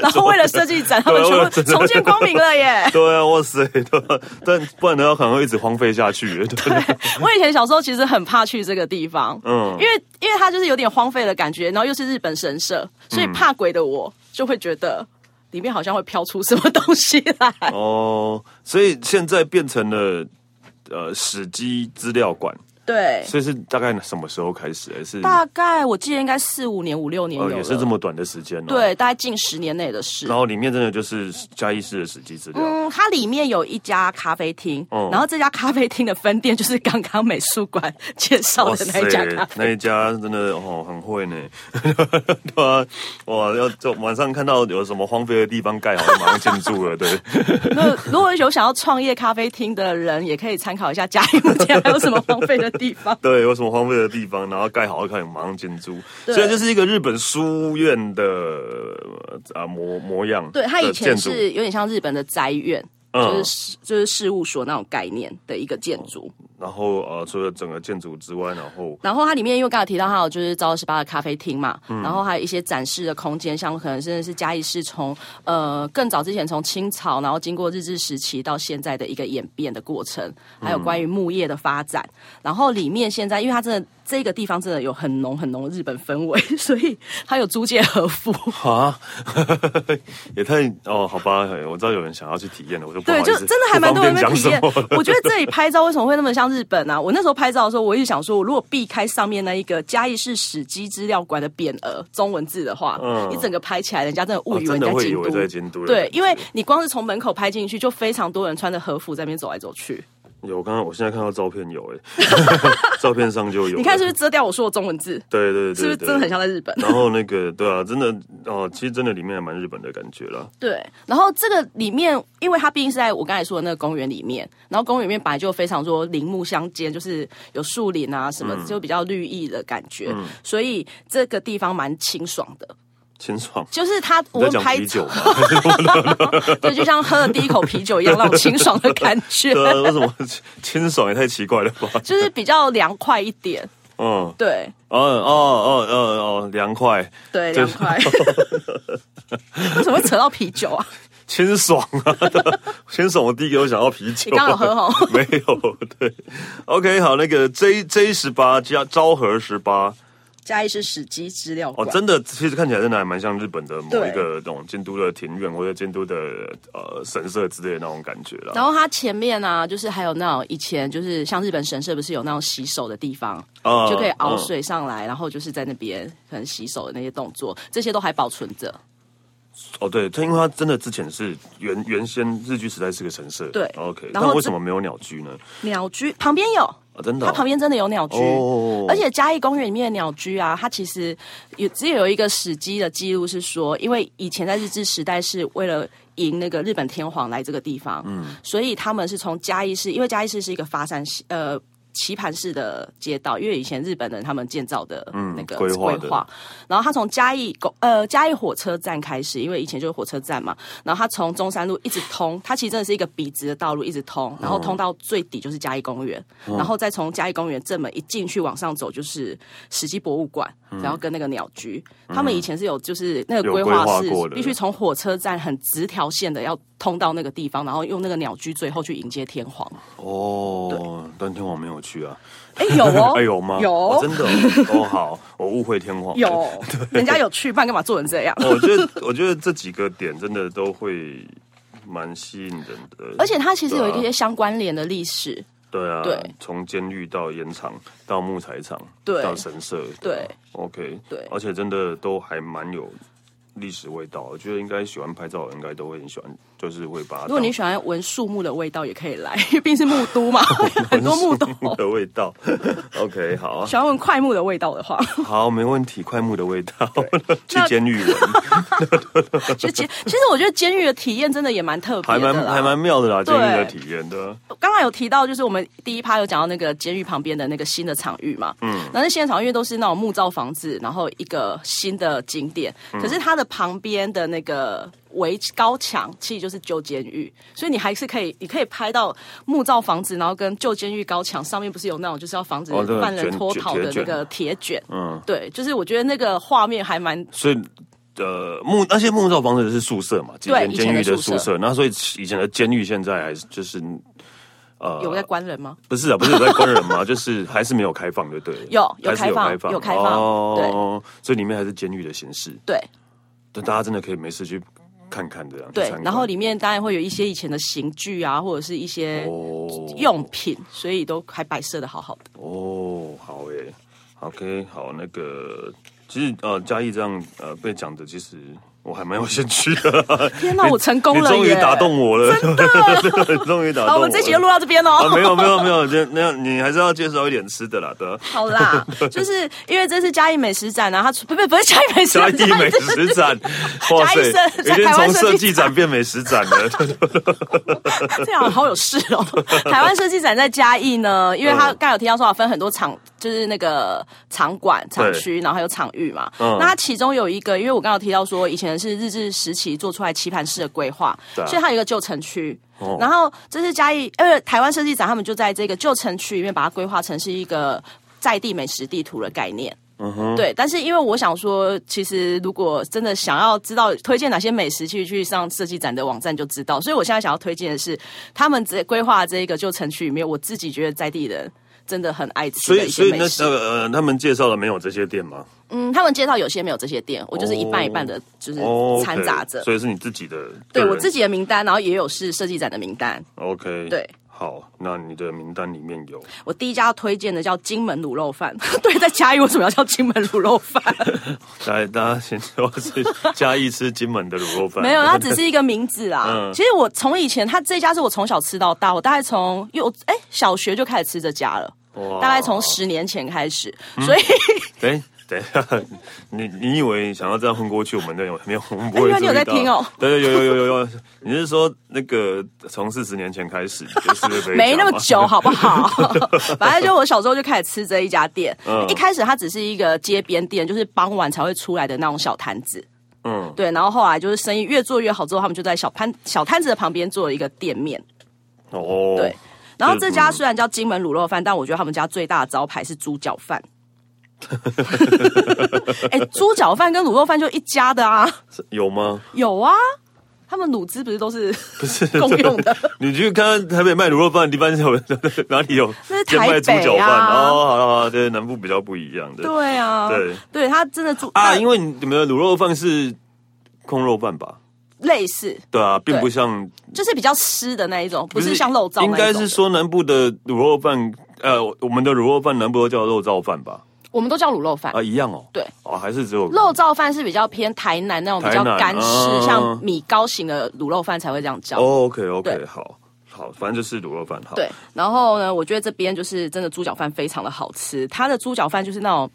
S2: 然后为了设计展，他们全部重见光明了耶
S1: 对啊，哇塞，对啊，但不然的话可能会一直荒废下去。对，啊
S2: 我以前小时候其实很怕去这个地方，
S1: 嗯
S2: 因为因为它就是有点荒废的感觉，然后又是日本神社，所以怕鬼的我就会觉得里面好像会飘出什么东西 来。
S1: 哦，所以现在变成了呃史基资料馆，
S2: 对，
S1: 所以是大概什么时候开始？是
S2: 大概我记得应该四五年、五六年有
S1: 呃
S2: 了，
S1: 也是这么短的时间哦。，
S2: 对，大概近十年内的事
S1: 然。后里面真的就是嘉义市的史基资料。
S2: 嗯，它里面有一家咖啡厅，
S1: 嗯
S2: 然后这家咖啡厅的分店就是刚刚美术馆介绍
S1: 哇
S2: 的
S1: 塞，
S2: 那一家咖啡
S1: 那一家真的哦，很会呢， 对啊，哇，要就晚上看到有什么荒废的地方盖好，就马上进驻了，对。。
S2: 那如果有想要创业咖啡厅的人，也可以参考一下嘉义目前还有什么荒废的地方
S1: 对，有什么荒废的地方，然后盖好看，马上建筑，
S2: 对
S1: 所以就是一个日本书院的呃啊模模样。
S2: 对，它以前
S1: 的建筑
S2: 是有点像日本的宅院，
S1: 嗯
S2: 就是事就是事务所那种概念的一个建筑。
S1: 然后呃，除了整个建筑之外，然后
S2: 然后它里面因为刚才提到它有就是昭和十八的咖啡厅嘛，
S1: 嗯
S2: 然后还有一些展示的空间，像可能甚至是嘉义市从呃更早之前从清朝，然后经过日治时期到现在的一个演变的过程，
S1: 嗯
S2: 还有关于木业的发展。然后里面现在因为它真的这个地方真的有很浓很浓的日本氛围， 所以它有租借和服。
S1: 啊，也太哦，好吧，哎我知道有人想要去体验了，我就不好
S2: 对，
S1: 意
S2: 就
S1: 思，
S2: 真的还蛮多人
S1: 不
S2: 在
S1: 方便
S2: 体验
S1: 讲什么。
S2: 我觉得这里拍照为什么会那么像日本啊？我那时候拍照的时候，我一直想说，我如果避开上面那一个嘉义市史迹资料馆的匾额中文字的话，
S1: 嗯
S2: 你整个拍起来，人家真的误
S1: 哦
S2: 以为
S1: 真
S2: 你
S1: 的
S2: 在
S1: 会以
S2: 京
S1: 为
S2: 都。
S1: 在京都的
S2: 对
S1: 感，觉
S2: 因为你光是从门口拍进去，就非常多人穿着和服在那边走来走去。
S1: 有，刚刚我现在看到照片有 哎，照片上就有，
S2: 你看是不是遮掉我说的中文字？
S1: 对对对，
S2: 是不是
S1: 对
S2: 真的很像在日本？
S1: 然后那个对啊，真的哦，其实真的里面还蛮日本的感觉啦。
S2: 对，然后这个里面，因为它毕竟是在我刚才说的那个公园里面，然后公园里面本来就非常多林木相间，就是有树林啊什么，
S1: 嗯
S2: 就比较绿意的感觉，所以这个地方蛮清爽的。
S1: 清爽。
S2: 就是它，
S1: 你
S2: 我
S1: 在
S2: 们
S1: 讲
S2: 拍
S1: 啤酒吗？
S2: 对，就像喝了第一口啤酒一样，那种清爽的感觉，
S1: 对啊，为什么清清爽也太奇怪了吧？
S2: 就是比较凉快一点。
S1: 嗯，
S2: 对
S1: 哦哦哦哦哦，凉快
S2: 对，
S1: 就
S2: 凉
S1: 是
S2: 快。 为什么会扯到啤酒啊？
S1: 清爽啊！ 清爽，我第一个我想到啤酒。
S2: 你刚好喝 哦。
S1: 没有，对，OK，好，那个 J J 十八加昭和十八，
S2: 嘉义市史迹资料
S1: 哦
S2: 馆，，
S1: 真的，其实看起来真的还蛮像日本的某
S2: 啊对
S1: 一个那种京都的庭院或者京都的呃神社之类的那种感觉啦。
S2: 然后它前面啊，就是还有那种以前就是像日本神社不是有那种洗手的地方，
S1: 啊
S2: 就可以熬水上来，然后就是在那边可能洗手的那些动作，这些都还保存着。
S1: 哦，对，它因为它真的之前是原原先日剧时代是个神社，
S2: 对
S1: ，OK，
S2: 然
S1: 那
S2: 后
S1: 为
S2: 这
S1: 什么没有鸟居呢？
S2: 鸟居旁边有，
S1: 啊，真的哦，
S2: 它旁边真的有鸟居。
S1: 哦
S2: 而且嘉义公园里面的鸟居啊，它其实有只有一个史记的记录是说，因为以前在日治时代是为了。迎那个日本天皇来这个地方，嗯，所以他们是从嘉义市，因为嘉义市是一个发展西呃棋盘式的街道，因为以前日本人他们建造的那个
S1: 嗯规划的
S2: 然后他从嘉义公呃嘉义火车站开始，因为以前就是火车站嘛，然后他从中山路一直通，它其实真的是一个笔直的道路，一直通，
S1: 哦
S2: 然后通到最底就是嘉义公园，然后再从嘉义公园正门一进去往上走就是史记博物馆，
S1: 嗯
S2: 然后跟那个鸟居，他们以前是有就是那个
S1: 有嗯
S2: 规
S1: 规划
S2: 划是
S1: 过的
S2: 必须从火车站很直条线的要通到那个地方，然后用那个鸟居最后去迎接天 皇。
S1: 哦，但天皇没有去啊？
S2: 哎，有哦，
S1: 哎，有吗？
S2: 有，
S1: 哦真的哦。哦好，我误会天皇。哦
S2: 有，人家有去，不然干嘛做成这样？
S1: 我觉得，我觉得这几个点真的都会蛮吸引人的，
S2: 而且它其实有一
S1: 对啊
S2: 些相关联的历史，
S1: 对啊，
S2: 对
S1: 从监狱到盐场，到木材厂，
S2: 对
S1: 到神社，
S2: 对
S1: ，OK，
S2: 对
S1: 而且真的都还蛮有历史味道，我觉得应该喜欢拍照的人应该都会很喜欢，就是会把它
S2: 如果你
S1: 当
S2: 喜欢闻树木的味道，也可以来， 因为毕竟是木 都嘛，很多木头。
S1: 木 的味道，OK，好啊，
S2: 喜欢闻快木的味道的话，
S1: 好，没问题，快木的味道， 去监 狱闻，
S2: 就监，其实我觉得监狱的体验真的也蛮特别
S1: 还
S2: 的
S1: 蛮
S2: 啦
S1: 还蛮妙的啦，监
S2: 对
S1: 狱的体验啊的，
S2: 刚刚有提到，就是我们第一趴有讲到那个监狱旁边的那个新的场域嘛，嗯，然后那新的场域都是那种木造房子，然后一个新的景点，可是它的旁边的那个围高墙其实就是旧监狱，所以你还是可以，你可以拍到木造房子，然后跟旧监狱高墙上面不是有那种就是要防止
S1: 哦对
S2: 犯人
S1: 卷
S2: 脱
S1: 卷
S2: 逃
S1: 铁
S2: 的那
S1: 卷
S2: 个铁卷，
S1: 嗯，
S2: 对，就是我觉得那个画面还蛮
S1: 所以。呃，木那些木造房子是宿舍嘛？
S2: 对
S1: 以前监狱
S2: 以前的
S1: 宿
S2: 宿
S1: 舍。那所以以前的监狱现在还是就是呃，
S2: 有在关人吗？
S1: 不是啊，不是有在关人吗？ 就是还是没有开放，对对了？
S2: 有有
S1: 还是
S2: 开放有开放
S1: 哦，所以里面还是监狱的形式，
S2: 对
S1: 但大家真的可以没事去看看这样。去
S2: 对
S1: 参，观
S2: 然后里面当然会有一些以前的刑具啊，或者是一些
S1: 哦
S2: 用品，所以都还摆设的好好的。
S1: 哦，好诶，OK，好那个，其实呃，嘉义这样呃被讲的，其实我还蛮有兴趣的。
S2: 天哪，我成功
S1: 你
S2: 了耶！
S1: 终于打动我了， 真的，终于打动
S2: 好，
S1: 我
S2: 我们这集就录到这边哦。
S1: 啊，没有没有没有，这那你还是要介绍一点吃的啦，对啊。
S2: 好 啦，就是因为这是嘉义美食展啊，它不不不是嘉义美食
S1: 嘉
S2: 展，
S1: 义美食 展，哇塞，已经从设计展变美食展 了。
S2: 这样好有事哦。 台湾设计展在嘉义呢，因为
S1: 嗯
S2: 它刚才有提到说，分很多场，就是那个场馆、场区，然后还有场域嘛。
S1: 嗯
S2: 那它其中有一个，因为我刚刚有提到说，以前是日治时期做出来棋盘式的规划，
S1: 对啊
S2: 所以它有一个旧城区。
S1: 哦
S2: 然后这是嘉义，呃，台湾设计展，他们就在这个旧城区里面把它规划成是一个在地美食地图的概念。
S1: 嗯
S2: 对，但是因为我想说，其实如果真的想要知道推荐哪些美食，去去上设计展的网站就知道。所以我现在想要推荐的是，他们这规划这一个旧城区里面，我自己觉得在地人真的很爱吃
S1: 所
S2: 的
S1: 以
S2: 一
S1: 所
S2: 些
S1: 以那
S2: 美食。
S1: 呃呃，他们介绍的没有这些店吗？
S2: 嗯，他们介绍有些没有这些店，我就是一半一半的，就是
S1: 哦，
S2: 掺杂着。
S1: 所以是你自己的，
S2: 对我自
S1: 己。
S2: 己的名单，然后也有是设计展的名单。
S1: OK，
S2: 对，
S1: 好，那你的名单里面有，
S2: 我第一家要推荐的叫金门卤肉饭。 对，在嘉义为什么要叫金门卤肉饭？
S1: 大家大家先说是嘉义吃金门的卤肉饭，
S2: 没有，它只是一个名字啦。
S1: 嗯
S2: 其实我从以前，它这家是我从小吃到大，我大概从幼哎、小学就开始吃这家了，
S1: 哇嗯
S2: 大概从十年前开始，所以、
S1: 哎。等一下，你你以为想要这样混过去，我们那有没有？我们不会
S2: 哎原来
S1: 注
S2: 你
S1: 意
S2: 有
S1: 到。
S2: 在听哦
S1: 对对，有有有有有。你是说那个从四十年前开始就是这一
S2: 没
S1: 家
S2: 那么
S1: 吗
S2: 久，好不好？反正就我小时候就开始吃这一家店，
S1: 嗯
S2: 一开始它只是一个街边店，就是傍晚才会出来的那种小摊子。
S1: 嗯，
S2: 对，然后后来就是生意越做越好之后，他们就在小摊小摊子的旁边做了一个店面。
S1: 哦，
S2: 对，然后
S1: 这嗯
S2: 这家虽然叫金门卤肉饭，但我觉得他们家最大的招牌是猪脚 饭。哎、猪脚饭跟卤肉饭就一家的啊，
S1: 有吗？
S2: 有啊，他们卤汁不是都是
S1: 不是
S2: 共用的？
S1: 你去看看台北卖卤肉饭，一般有 哪里有
S2: 那是
S1: 兼卖
S2: 台
S1: 猪
S2: 北啊
S1: 脚饭？哦，好了好了，对，南部比较不一样的。
S2: 对啊，
S1: 对
S2: 对，他真的猪
S1: 啊，因为
S2: 为
S1: 你们的卤肉饭是空肉饭吧？
S2: 类似
S1: 对啊，并
S2: 对
S1: 不像
S2: 就是比较湿的那一种，不是像肉燥那一
S1: 应
S2: 种
S1: 该是说南部的卤肉饭，呃，我们的卤肉饭南部都叫肉燥饭吧？
S2: 我们都叫卤肉饭。
S1: 啊，一样哦。
S2: 对，
S1: 哦，还是只有
S2: 肉燥饭是比较偏台南那种比较
S1: 台南
S2: 干湿，
S1: 啊
S2: 像米糕型的卤肉饭才会这样叫。
S1: 哦，OK OK，
S2: 对
S1: 好。好，反正就是卤肉饭好。
S2: 对，然后呢，我觉得这边就是真的猪脚饭非常的好吃，它的猪脚饭就是那种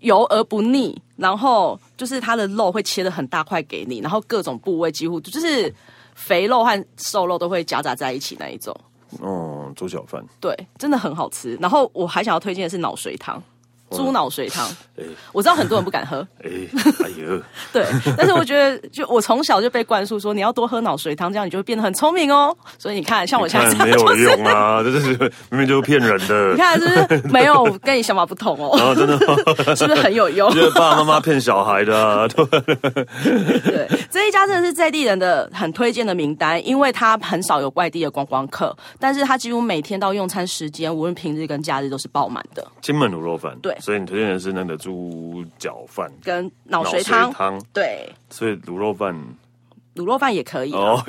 S2: 油而不腻，然后就是它的肉会切的很大块给你，然后各种部位几乎就是肥肉和瘦肉都会夹杂在一起那一种，
S1: 嗯，猪脚饭，
S2: 对，真的很好吃。然后我还想要推荐的是脑髓汤。猪脑髓汤，
S1: 哎
S2: 我知道很多人不敢 喝，
S1: 哎哎呦，
S2: 对，但是我觉得，就我从小就被灌输说，你要多喝脑髓汤，这样你就会变得很聪明哦。所以你看，像我现在
S1: 看
S2: 这
S1: 没
S2: 样就
S1: 有
S2: 是，
S1: 用啊，这就是明明就是骗人的
S2: 你。看是不是没有跟你想法不 同哦？
S1: 啊，真的，
S2: 是不是很有用？
S1: 就是爸爸妈妈骗小孩的、 啊，对
S2: 对，这一家真的是在地人的很推荐的名单，因为它很少有外地的观光客，但是它几乎每天到用餐时间，无论平日跟假日都是爆满的，
S1: 金门卤肉饭。
S2: 对
S1: 所以你推荐的是那个猪脚饭、
S2: 跟脑髓汤，
S1: 汤，
S2: 对。
S1: 所以卤肉饭
S2: 卤肉饭也可以、
S1: 哦。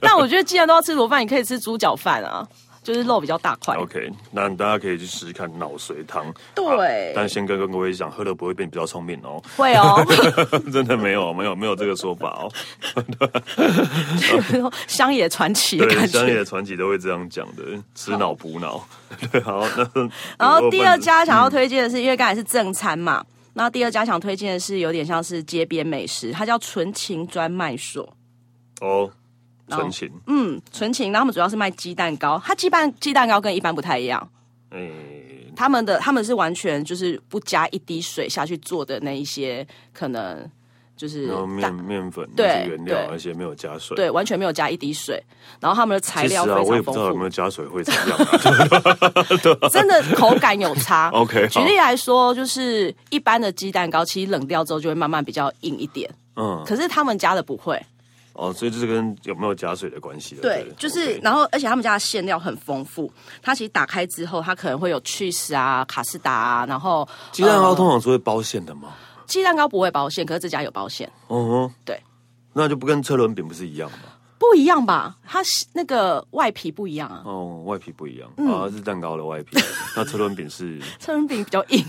S2: 但我觉得既然都要吃卤饭，你可以吃猪脚饭啊，就是肉比较大块。
S1: OK，那大家可以去试试看脑髓汤。啊
S2: 对
S1: 但先跟跟各位讲，喝了不会变比较聪明哦，
S2: 会哦，
S1: 真的没有没有没有这个说法哦。
S2: 有那种乡野传奇的
S1: 对，
S2: 感
S1: 乡
S2: 觉。
S1: 野传奇都会这样讲的，吃脑补脑。 对，好，那
S2: 然后第
S1: 卤肉
S2: 二
S1: 饭
S2: 家想要推荐的是，因为刚才是正餐嘛，那第二家想推荐的是有点像是街边美食，它叫纯情专卖所。
S1: 哦，纯情，
S2: 嗯，纯情，然后他们主要是卖鸡蛋糕，它鸡蛋鸡蛋糕跟一般不太一样，嗯
S1: 哎，
S2: 他们的他们是完全就是不加一滴水下去做的那一些可能就是
S1: 然后面
S2: 蛋
S1: 面粉
S2: 嗯对
S1: 那些原料，
S2: 对
S1: 而且没有加水。
S2: 对，完全没有加一滴水，然后他们的材
S1: 其实
S2: 料非
S1: 啊，我也不
S2: 常丰
S1: 知道有没
S2: 富，
S1: 有加水会怎样啊。
S2: 真的口感有差。
S1: OK，
S2: 举
S1: 好
S2: 例啊来说，就是一般的鸡蛋糕，其实冷掉之后就会慢慢比较硬一点，
S1: 嗯，
S2: 可是他们家的不会。
S1: 哦，所以这是跟有没有加水的关系了。
S2: 对，就是，
S1: OK
S2: 然后而且他们家的馅料很丰富，它其实打开之后，它可能会有 cheese 啊、卡士达啊，然后
S1: 鸡蛋糕
S2: 呃
S1: 通常是会包馅的吗？
S2: 鸡蛋糕不会包馅，可是这家有包馅，
S1: 嗯哼，
S2: 对，
S1: 那就不跟车轮饼不是一样吗？
S2: 不一样吧？它是那个外皮不一样啊，
S1: 哦，外皮不一
S2: 嗯
S1: 样、啊，是蛋糕的外 皮，那车轮饼是
S2: 车轮饼比较 硬，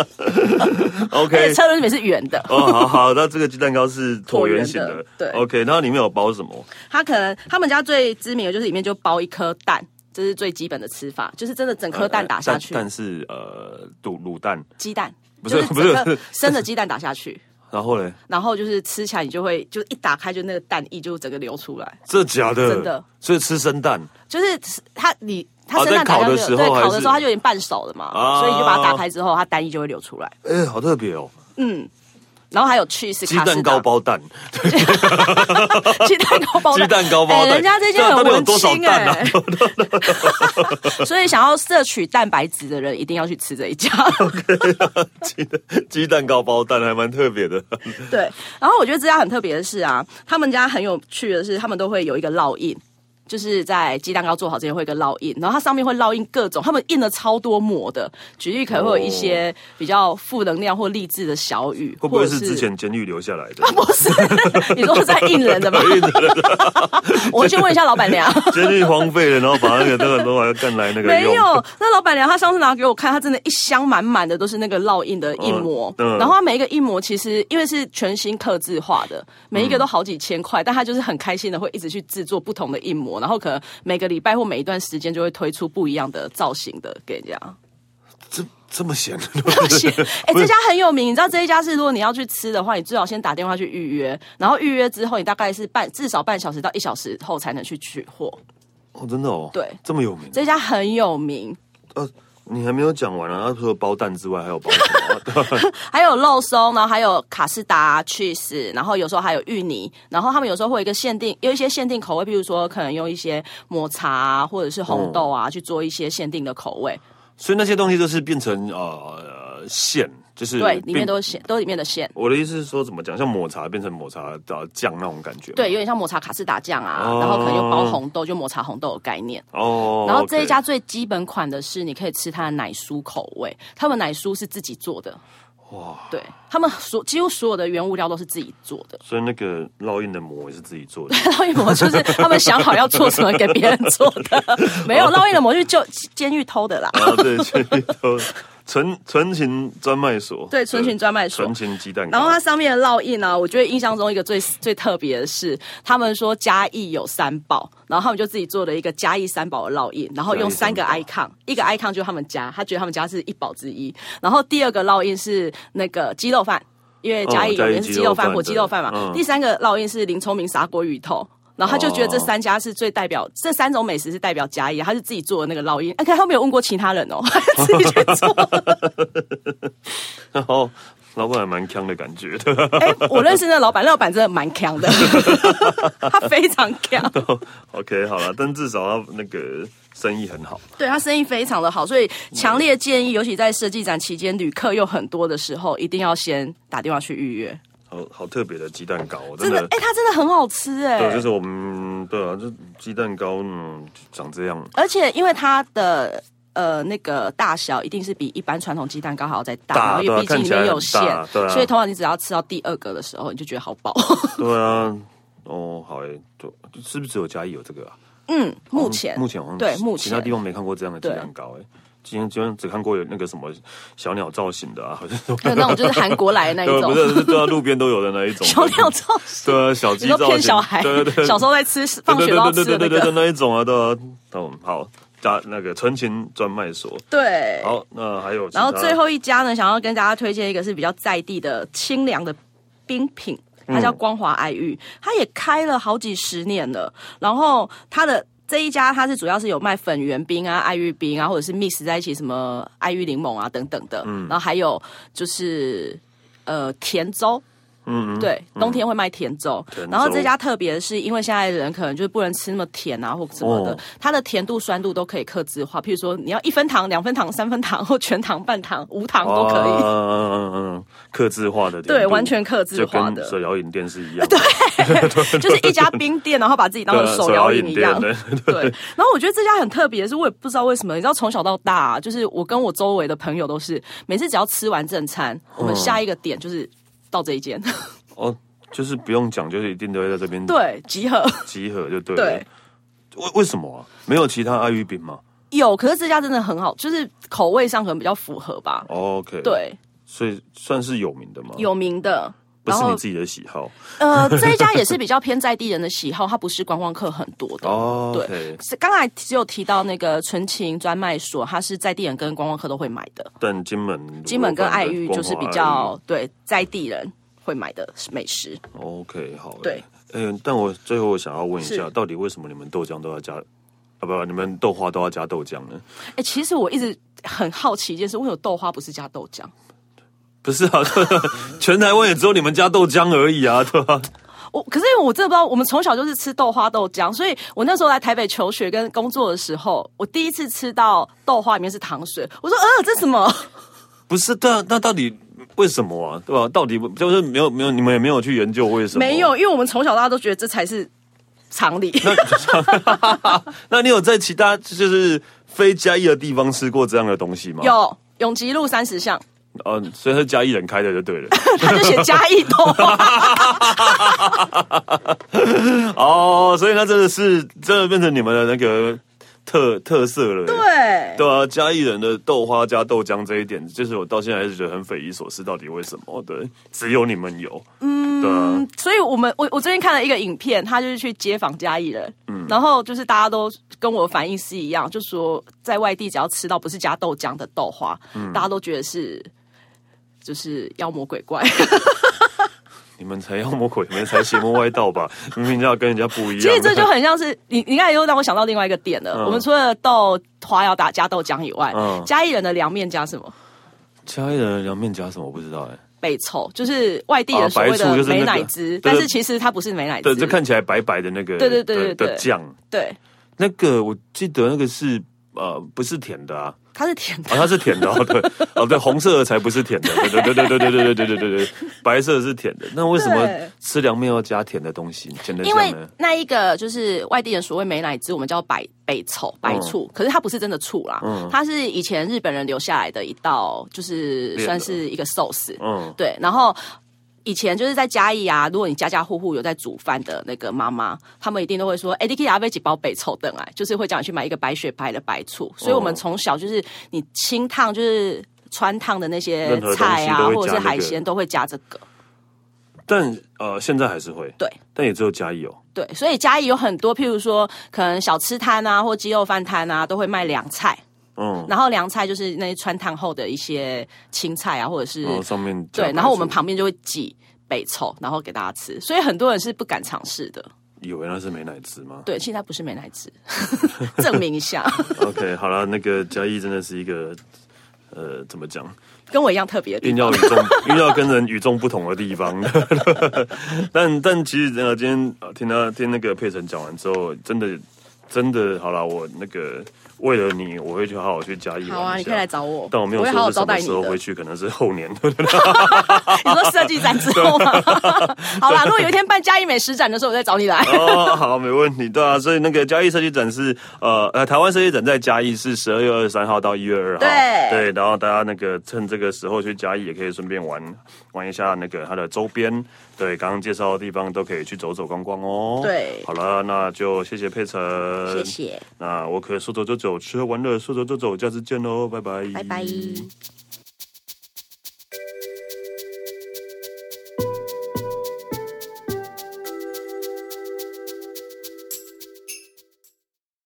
S2: 而且
S1: OK。
S2: 车轮饼是圆的，
S1: 哦，好好，那这个鸡蛋糕是椭圆形
S2: 椭
S1: 的
S2: 圆的，对
S1: ，OK，那里面有包什么？
S2: 它可能他们家最知名的就是里面就包一颗蛋。这是最基本的吃法，就是真的整颗呃蛋打下去，
S1: 呃蛋蛋是呃卤卤蛋，
S2: 鸡蛋
S1: 不
S2: 就是整
S1: 不是
S2: 个
S1: 是
S2: 生的鸡蛋打下去，
S1: 然后嘞，
S2: 然后就是吃起来你就会就一打开就那个蛋液就整个流出来，
S1: 这假的，
S2: 真的，
S1: 所以吃生蛋
S2: 就是它你它
S1: 哦
S2: 生蛋
S1: 在
S2: 打
S1: 烤
S2: 下去
S1: 的
S2: 了，
S1: 时候
S2: 对
S1: 还
S2: 烤的
S1: 是
S2: 时候它就有点半熟了嘛，
S1: 啊
S2: 所以你就把它打开之后，它单一就会流 出来。
S1: 哎、好特别哦，
S2: 然后还有 cheese
S1: 鸡
S2: 卡
S1: 蛋
S2: 士达
S1: 糕，包蛋，
S2: 鸡蛋糕包
S1: 鸡
S2: 蛋，
S1: 蛋糕包蛋，
S2: 哎人家这些
S1: 到
S2: 很
S1: 底有
S2: 文
S1: 多少
S2: 青
S1: 蛋啊
S2: 哎、 所以想要摄取蛋白质的人一定要去吃这一家。
S1: 鸡蛋鸡蛋糕包蛋还蛮特别的，
S2: 对，然后我觉得这家很特别的是啊，他们家很有趣的是，他们都会有一个烙印。就是在鸡蛋糕做好之前会有一个烙印，然后它上面会烙印各种，他们印了超多膜的。举例可能会有一些比较负能量或励志的小语，
S1: 哦会不会
S2: 或者啊
S1: 是之前监狱留下来的？
S2: 不是， 你说是在印人的吗？我去问一下老板娘。
S1: 监狱荒废了，然后把那个那个都还要干来那个
S2: 没
S1: 用
S2: 有，那老板娘她上次拿给我看，她真的一箱满满的都是那个烙印的印膜，
S1: 嗯嗯
S2: 然后她每一个印膜其实因为是全新刻制化的，
S1: 嗯
S2: 每一个都好几千块，但她就是很开心的会一直去制作不同的印膜，然后可能每个礼拜或每一段时间就会推出不一样的造型的给 人家。
S1: 这这么闲，
S2: 而且， 哎、这家很有名，你知道这一家是，如果你要去吃的话，你最好先打电话去预约，然后预约之后，你大概是半至少半小时到一小时后才能去取货。
S1: 哦，真的哦，
S2: 对
S1: 这么有名，
S2: 这家很有名，
S1: 呃，你还没有讲完啊，除了包蛋之外，还有包 什么？
S2: 还有肉松，然后还有卡士达、cheese，然后有时候还有芋泥，然后他们有时候会有一个限定，有一些限定口味，比如说可能用一些抹茶、啊、或者是红豆啊、去做一些限定的口味。
S1: 所以那些东西都是变成呃馅，就是
S2: 对，里面
S1: 变
S2: 都是馅，都里面的馅。
S1: 我的意思是说，怎么讲，像抹茶变成抹茶的酱那种感觉。
S2: 对，有，点像抹茶卡士达酱啊，
S1: 哦
S2: 然后可能有包红豆，就抹茶红豆的概念。
S1: 哦，
S2: 然后这
S1: OK
S2: 一家最基本款的是，你可以吃它的奶酥口味，他们奶酥是自己做的。哇！对他们所几乎所有的原物料都是自己做的，
S1: 所以那个烙印的膜也是自己做的。
S2: 烙印膜就是他们想好要做什么给 别人做的，没有烙印的膜就是就监狱偷的啦。
S1: 啊，对，全部都纯纯情专卖所，
S2: 对纯情专卖所
S1: 纯情鸡蛋糕。
S2: 然后它上面的烙印呢、啊，我觉得印象中一个最最特别的是，他们说嘉义有三宝，然后他们就自己做了一个嘉义三宝的烙印，然后用三个
S1: 嘉义
S2: icon，一个 icon 就是他们家，他觉得他们家是一宝之一。然后第二个烙印是那个鸡肉饭，因为嘉义
S1: 哦嘉
S2: 有
S1: 义
S2: 名是鸡
S1: 鸡
S2: 肉饭
S1: 肉饭
S2: 火鸡肉饭嘛。
S1: 对嗯
S2: 第三个烙印是林聪明砂锅鱼头。然后他就觉得这三家是最代表，这三种美食是代表嘉义，他是自己做的那个烙印。哎，可是他没有问过其他人哦， 他自己去做。
S1: 然后老板还蛮强的感觉 的，
S2: 哎、我认识那老板，那老板真的蛮强的，他非常强，
S1: OK，好了，但至少他那个生意很好。
S2: 对他生意非常的好，所以强烈建议，尤其在设计展期间，旅客又很多的时候，一定要先打电话去预约。
S1: 好好特别的鸡蛋糕，我真
S2: 真的
S1: 的，，
S2: 哎、它真的很好吃、
S1: 对，就
S2: 哎。
S1: 是我们对啊，就鸡蛋糕，嗯，长这样
S2: 而且因为它的呃那个大小一定是比一般传统鸡蛋糕还要再大，
S1: 大
S2: 然后
S1: 对啊
S2: 也毕竟里面有馅
S1: 看起来很大，对啊
S2: 所以通常你只要吃到第二个的时候，你就觉得好饱。
S1: 对啊，哦，好诶，就是不是只有嘉义有这个啊？
S2: 嗯， 目前
S1: 目前好像
S2: 对目
S1: 其
S2: 前
S1: 他地方没看过这样的鸡蛋糕诶。今天今天只看过有那个什么小鸟造型的啊，好像都
S2: 对那种就是韩国来的那一
S1: 对，
S2: 种
S1: 不 是是对啊，路边都有的那一种
S2: 小料造型。
S1: 对啊，小鸡
S2: 你说
S1: 造型，
S2: 骗小孩，
S1: 对对对，
S2: 小时候在吃放学都要吃的那
S1: 对对对对对对
S2: 个，
S1: 那一种啊，对啊，嗯，好，加那个纯情专卖所，
S2: 对。
S1: 好，那还有其他，
S2: 然后最后一家呢，想要跟大家推荐一个是比较在地的清凉的冰品，它叫光华爱玉，它也开了好几十年了。然后它的这一家，它是主要是有卖粉圆冰啊、爱玉冰啊，或者是 mix 在一起什么爱玉柠檬啊等等的。然后还有就是呃甜粥。
S1: 嗯
S2: 对，冬天会卖甜粥，
S1: 甜粥
S2: 然后这家啊特别的是，因为现在的人可能就是不能吃那么甜啊，或什么的，
S1: 哦
S2: 它的甜度、酸度都可以克制化。譬如说，你要一分糖、两分糖、三分糖或全糖、半糖、无糖都可以，
S1: 嗯嗯嗯嗯嗯，克制化的甜度，
S2: 对，完全克制
S1: 就
S2: 化
S1: 跟
S2: 的，
S1: 手摇饮店是一样的，
S2: 就是一家冰店，然后把自己当成
S1: 对啊
S2: 手摇饮一样。
S1: 手摇饮店
S2: 对，然后我觉得这家很特别，是我也不知道为什么。你知道，从小到大、啊就是我跟我周围的朋友都是，每次只要吃完正餐，
S1: 嗯
S2: 我们下一个点就是到这一间，
S1: 哦，就是不用讲，就是一定都会在这边
S2: 对，集合。
S1: 集合，就对了。
S2: 对，
S1: 为为什么啊？没有其他爱玉饼吗
S2: 有，可是这家真的很好，就是口味上可能比较符合吧。
S1: ？OK，，
S2: 对，
S1: 所以算是有名的吗？，
S2: 有名的。
S1: 不
S2: 然
S1: 是你
S2: 后
S1: 自己的喜好
S2: 呃，这一家也是比较偏在地人的喜好，它不是观光客很多的。
S1: 哦。
S2: 对
S1: OK，
S2: 是刚才只有提到那个纯情专卖所，它是在地人跟观光客都会买的。
S1: 但金门
S2: 金门跟爱玉
S1: 光华
S2: 就是比
S1: 爱玉嗯
S2: 较对在地人会买的美食。
S1: OK，好。
S2: 对，
S1: 嗯、但我最后我想要问一下，
S2: 是
S1: 到底为什么你们豆浆都要加啊？不，你们豆花都要加豆浆呢？
S2: 哎、其实我一直很好奇一件事，为什么豆花不是加豆浆？
S1: 不是啊， 全台湾也只有你们加豆浆而已啊，对吧、
S2: 我可是因为我真的不知道，我们从小就是吃豆花豆浆，所以我那时候来台北求学跟工作的时候，我第一次吃到豆花里面是糖水，我说呃这什么？
S1: 不是，但那到底为什么啊？对吧、到底就是没有没有，你们也没有去研究为什么？
S2: 没。有，因为我们从小到大都觉得这才是常理。
S1: 那你有在其他就是非嘉义的地方吃过这样的东西吗？。
S2: 有永吉路三十巷，
S1: 呃，所以是嘉义人开的就对了。
S2: 他就写嘉义豆花，
S1: 哦，所以那真的是真的变成你们的那个特特色了。对
S2: 对。
S1: 对啊，嘉义人的豆花加豆浆这一点，就是我到现在还是觉得很匪夷所思，到底为什么？对，只有你们有。嗯，对啊，
S2: 所以我们我我最近看了一个影片，他就是去街访嘉义人，
S1: 嗯
S2: 然后就是大家都跟我反应是一样，就说在外地只要吃到不是加豆浆的豆花，
S1: 嗯
S2: 大家都觉得是就是妖魔鬼 怪。
S1: 你们才妖魔鬼，你们才邪魔外道 吧？明明要跟人家不一样。
S2: 其实这就很像是你，你刚才又让我想到另外一个点了。
S1: 嗯
S2: 我们除了豆花要打加豆浆以外，
S1: 嗯
S2: 嘉义人的凉面加什么？
S1: 嘉义人的凉面加什么？我不知道哎、
S2: 北臭，就是外地人
S1: 啊
S2: 所谓
S1: 白醋
S2: 的
S1: 就是那个
S2: 美乃滋，
S1: 对
S2: 但是其实它不是美乃滋。
S1: 对，就看起来白白的那个，
S2: 对对对对
S1: 的
S2: 对
S1: 的酱，
S2: 对
S1: 那个我记得那个是呃不是甜的啊，
S2: 它是甜的
S1: 啊，它是甜的哦， 对，哦对，红色的才不是甜的，对对对对对对对对对对对对，白色的是甜的。那为什么
S2: 对
S1: 吃凉面要加甜的东西？甜的
S2: 因
S1: 酱
S2: 为
S1: 呢？
S2: 那一个就是外地人所谓美乃滋，我们叫白北醋白
S1: 嗯
S2: 醋，可是它不是真的醋啦，它是以前日本人留下来的一道，就是
S1: 的
S2: 算是一个寿司，
S1: 嗯，
S2: 对，然后。以前就是在嘉义啊，如果你家家户户有在煮饭的那个妈妈，他们一定都会说：“哎、你可以拿杯几包北臭等
S1: 哦
S2: 哎，就是会叫你去买一个白雪白的白醋。所以我们从小就是你清烫，就是川烫的那些
S1: 任何东西
S2: 菜啊，
S1: 都会加
S2: 或者是
S1: 那个
S2: 海鲜都会加这个。
S1: 但呃，现在还是会，
S2: 对，
S1: 但也只有嘉义有。哦
S2: 对，所以嘉义有很多，譬如说可能小吃摊啊，或鸡肉饭摊啊，都会卖凉菜。
S1: 嗯，
S2: 然后凉菜就是那些川烫后的一些青菜啊，或者是、
S1: 然后上面加
S2: 对，然后我们
S1: 白醋
S2: 旁边就会挤北臭，然后给大家吃。所以很多人是不敢尝试的。
S1: 以为那是美乃滋吗
S2: 对，现在不是美乃滋， 证明一下，
S1: ？OK，好了，那个嘉义真的是一个呃，怎么讲？
S2: 跟我一样特别的地
S1: 硬
S2: 方。
S1: 要与众， 硬要跟人与众不同的地方。 但但其实呃，今天呃听他听那个佩晨讲完之后，真的真的好了，我那个为了你，我会去好好去嘉义玩一下。
S2: 好啊，你可以来。找我，
S1: 但我没有
S2: 会
S1: 说
S2: 好好
S1: 是
S2: 招
S1: 什
S2: 待
S1: 么
S2: 你
S1: 时候
S2: 的
S1: 回。去，可能是后年。
S2: 你说设计展之后吗？好啦，如果有一天办嘉义美食展的时候，我再找你来。
S1: 哦，好，没问题，对啊，所以那个嘉义设计展是呃呃，台湾设计展在嘉义是十二月二十三号到一月二号，
S2: 对
S1: 对，然后大家那个趁这个时候去嘉义，也可以顺便玩玩一下那个它的周边，对，刚刚介绍的地方都可以去走走逛逛哦。
S2: 对
S1: 好了，那就谢谢佩晨，
S2: 谢，谢，
S1: 那我可以说走就走，吃喝玩乐，说走就走，下次见喽，拜拜，
S2: 拜拜。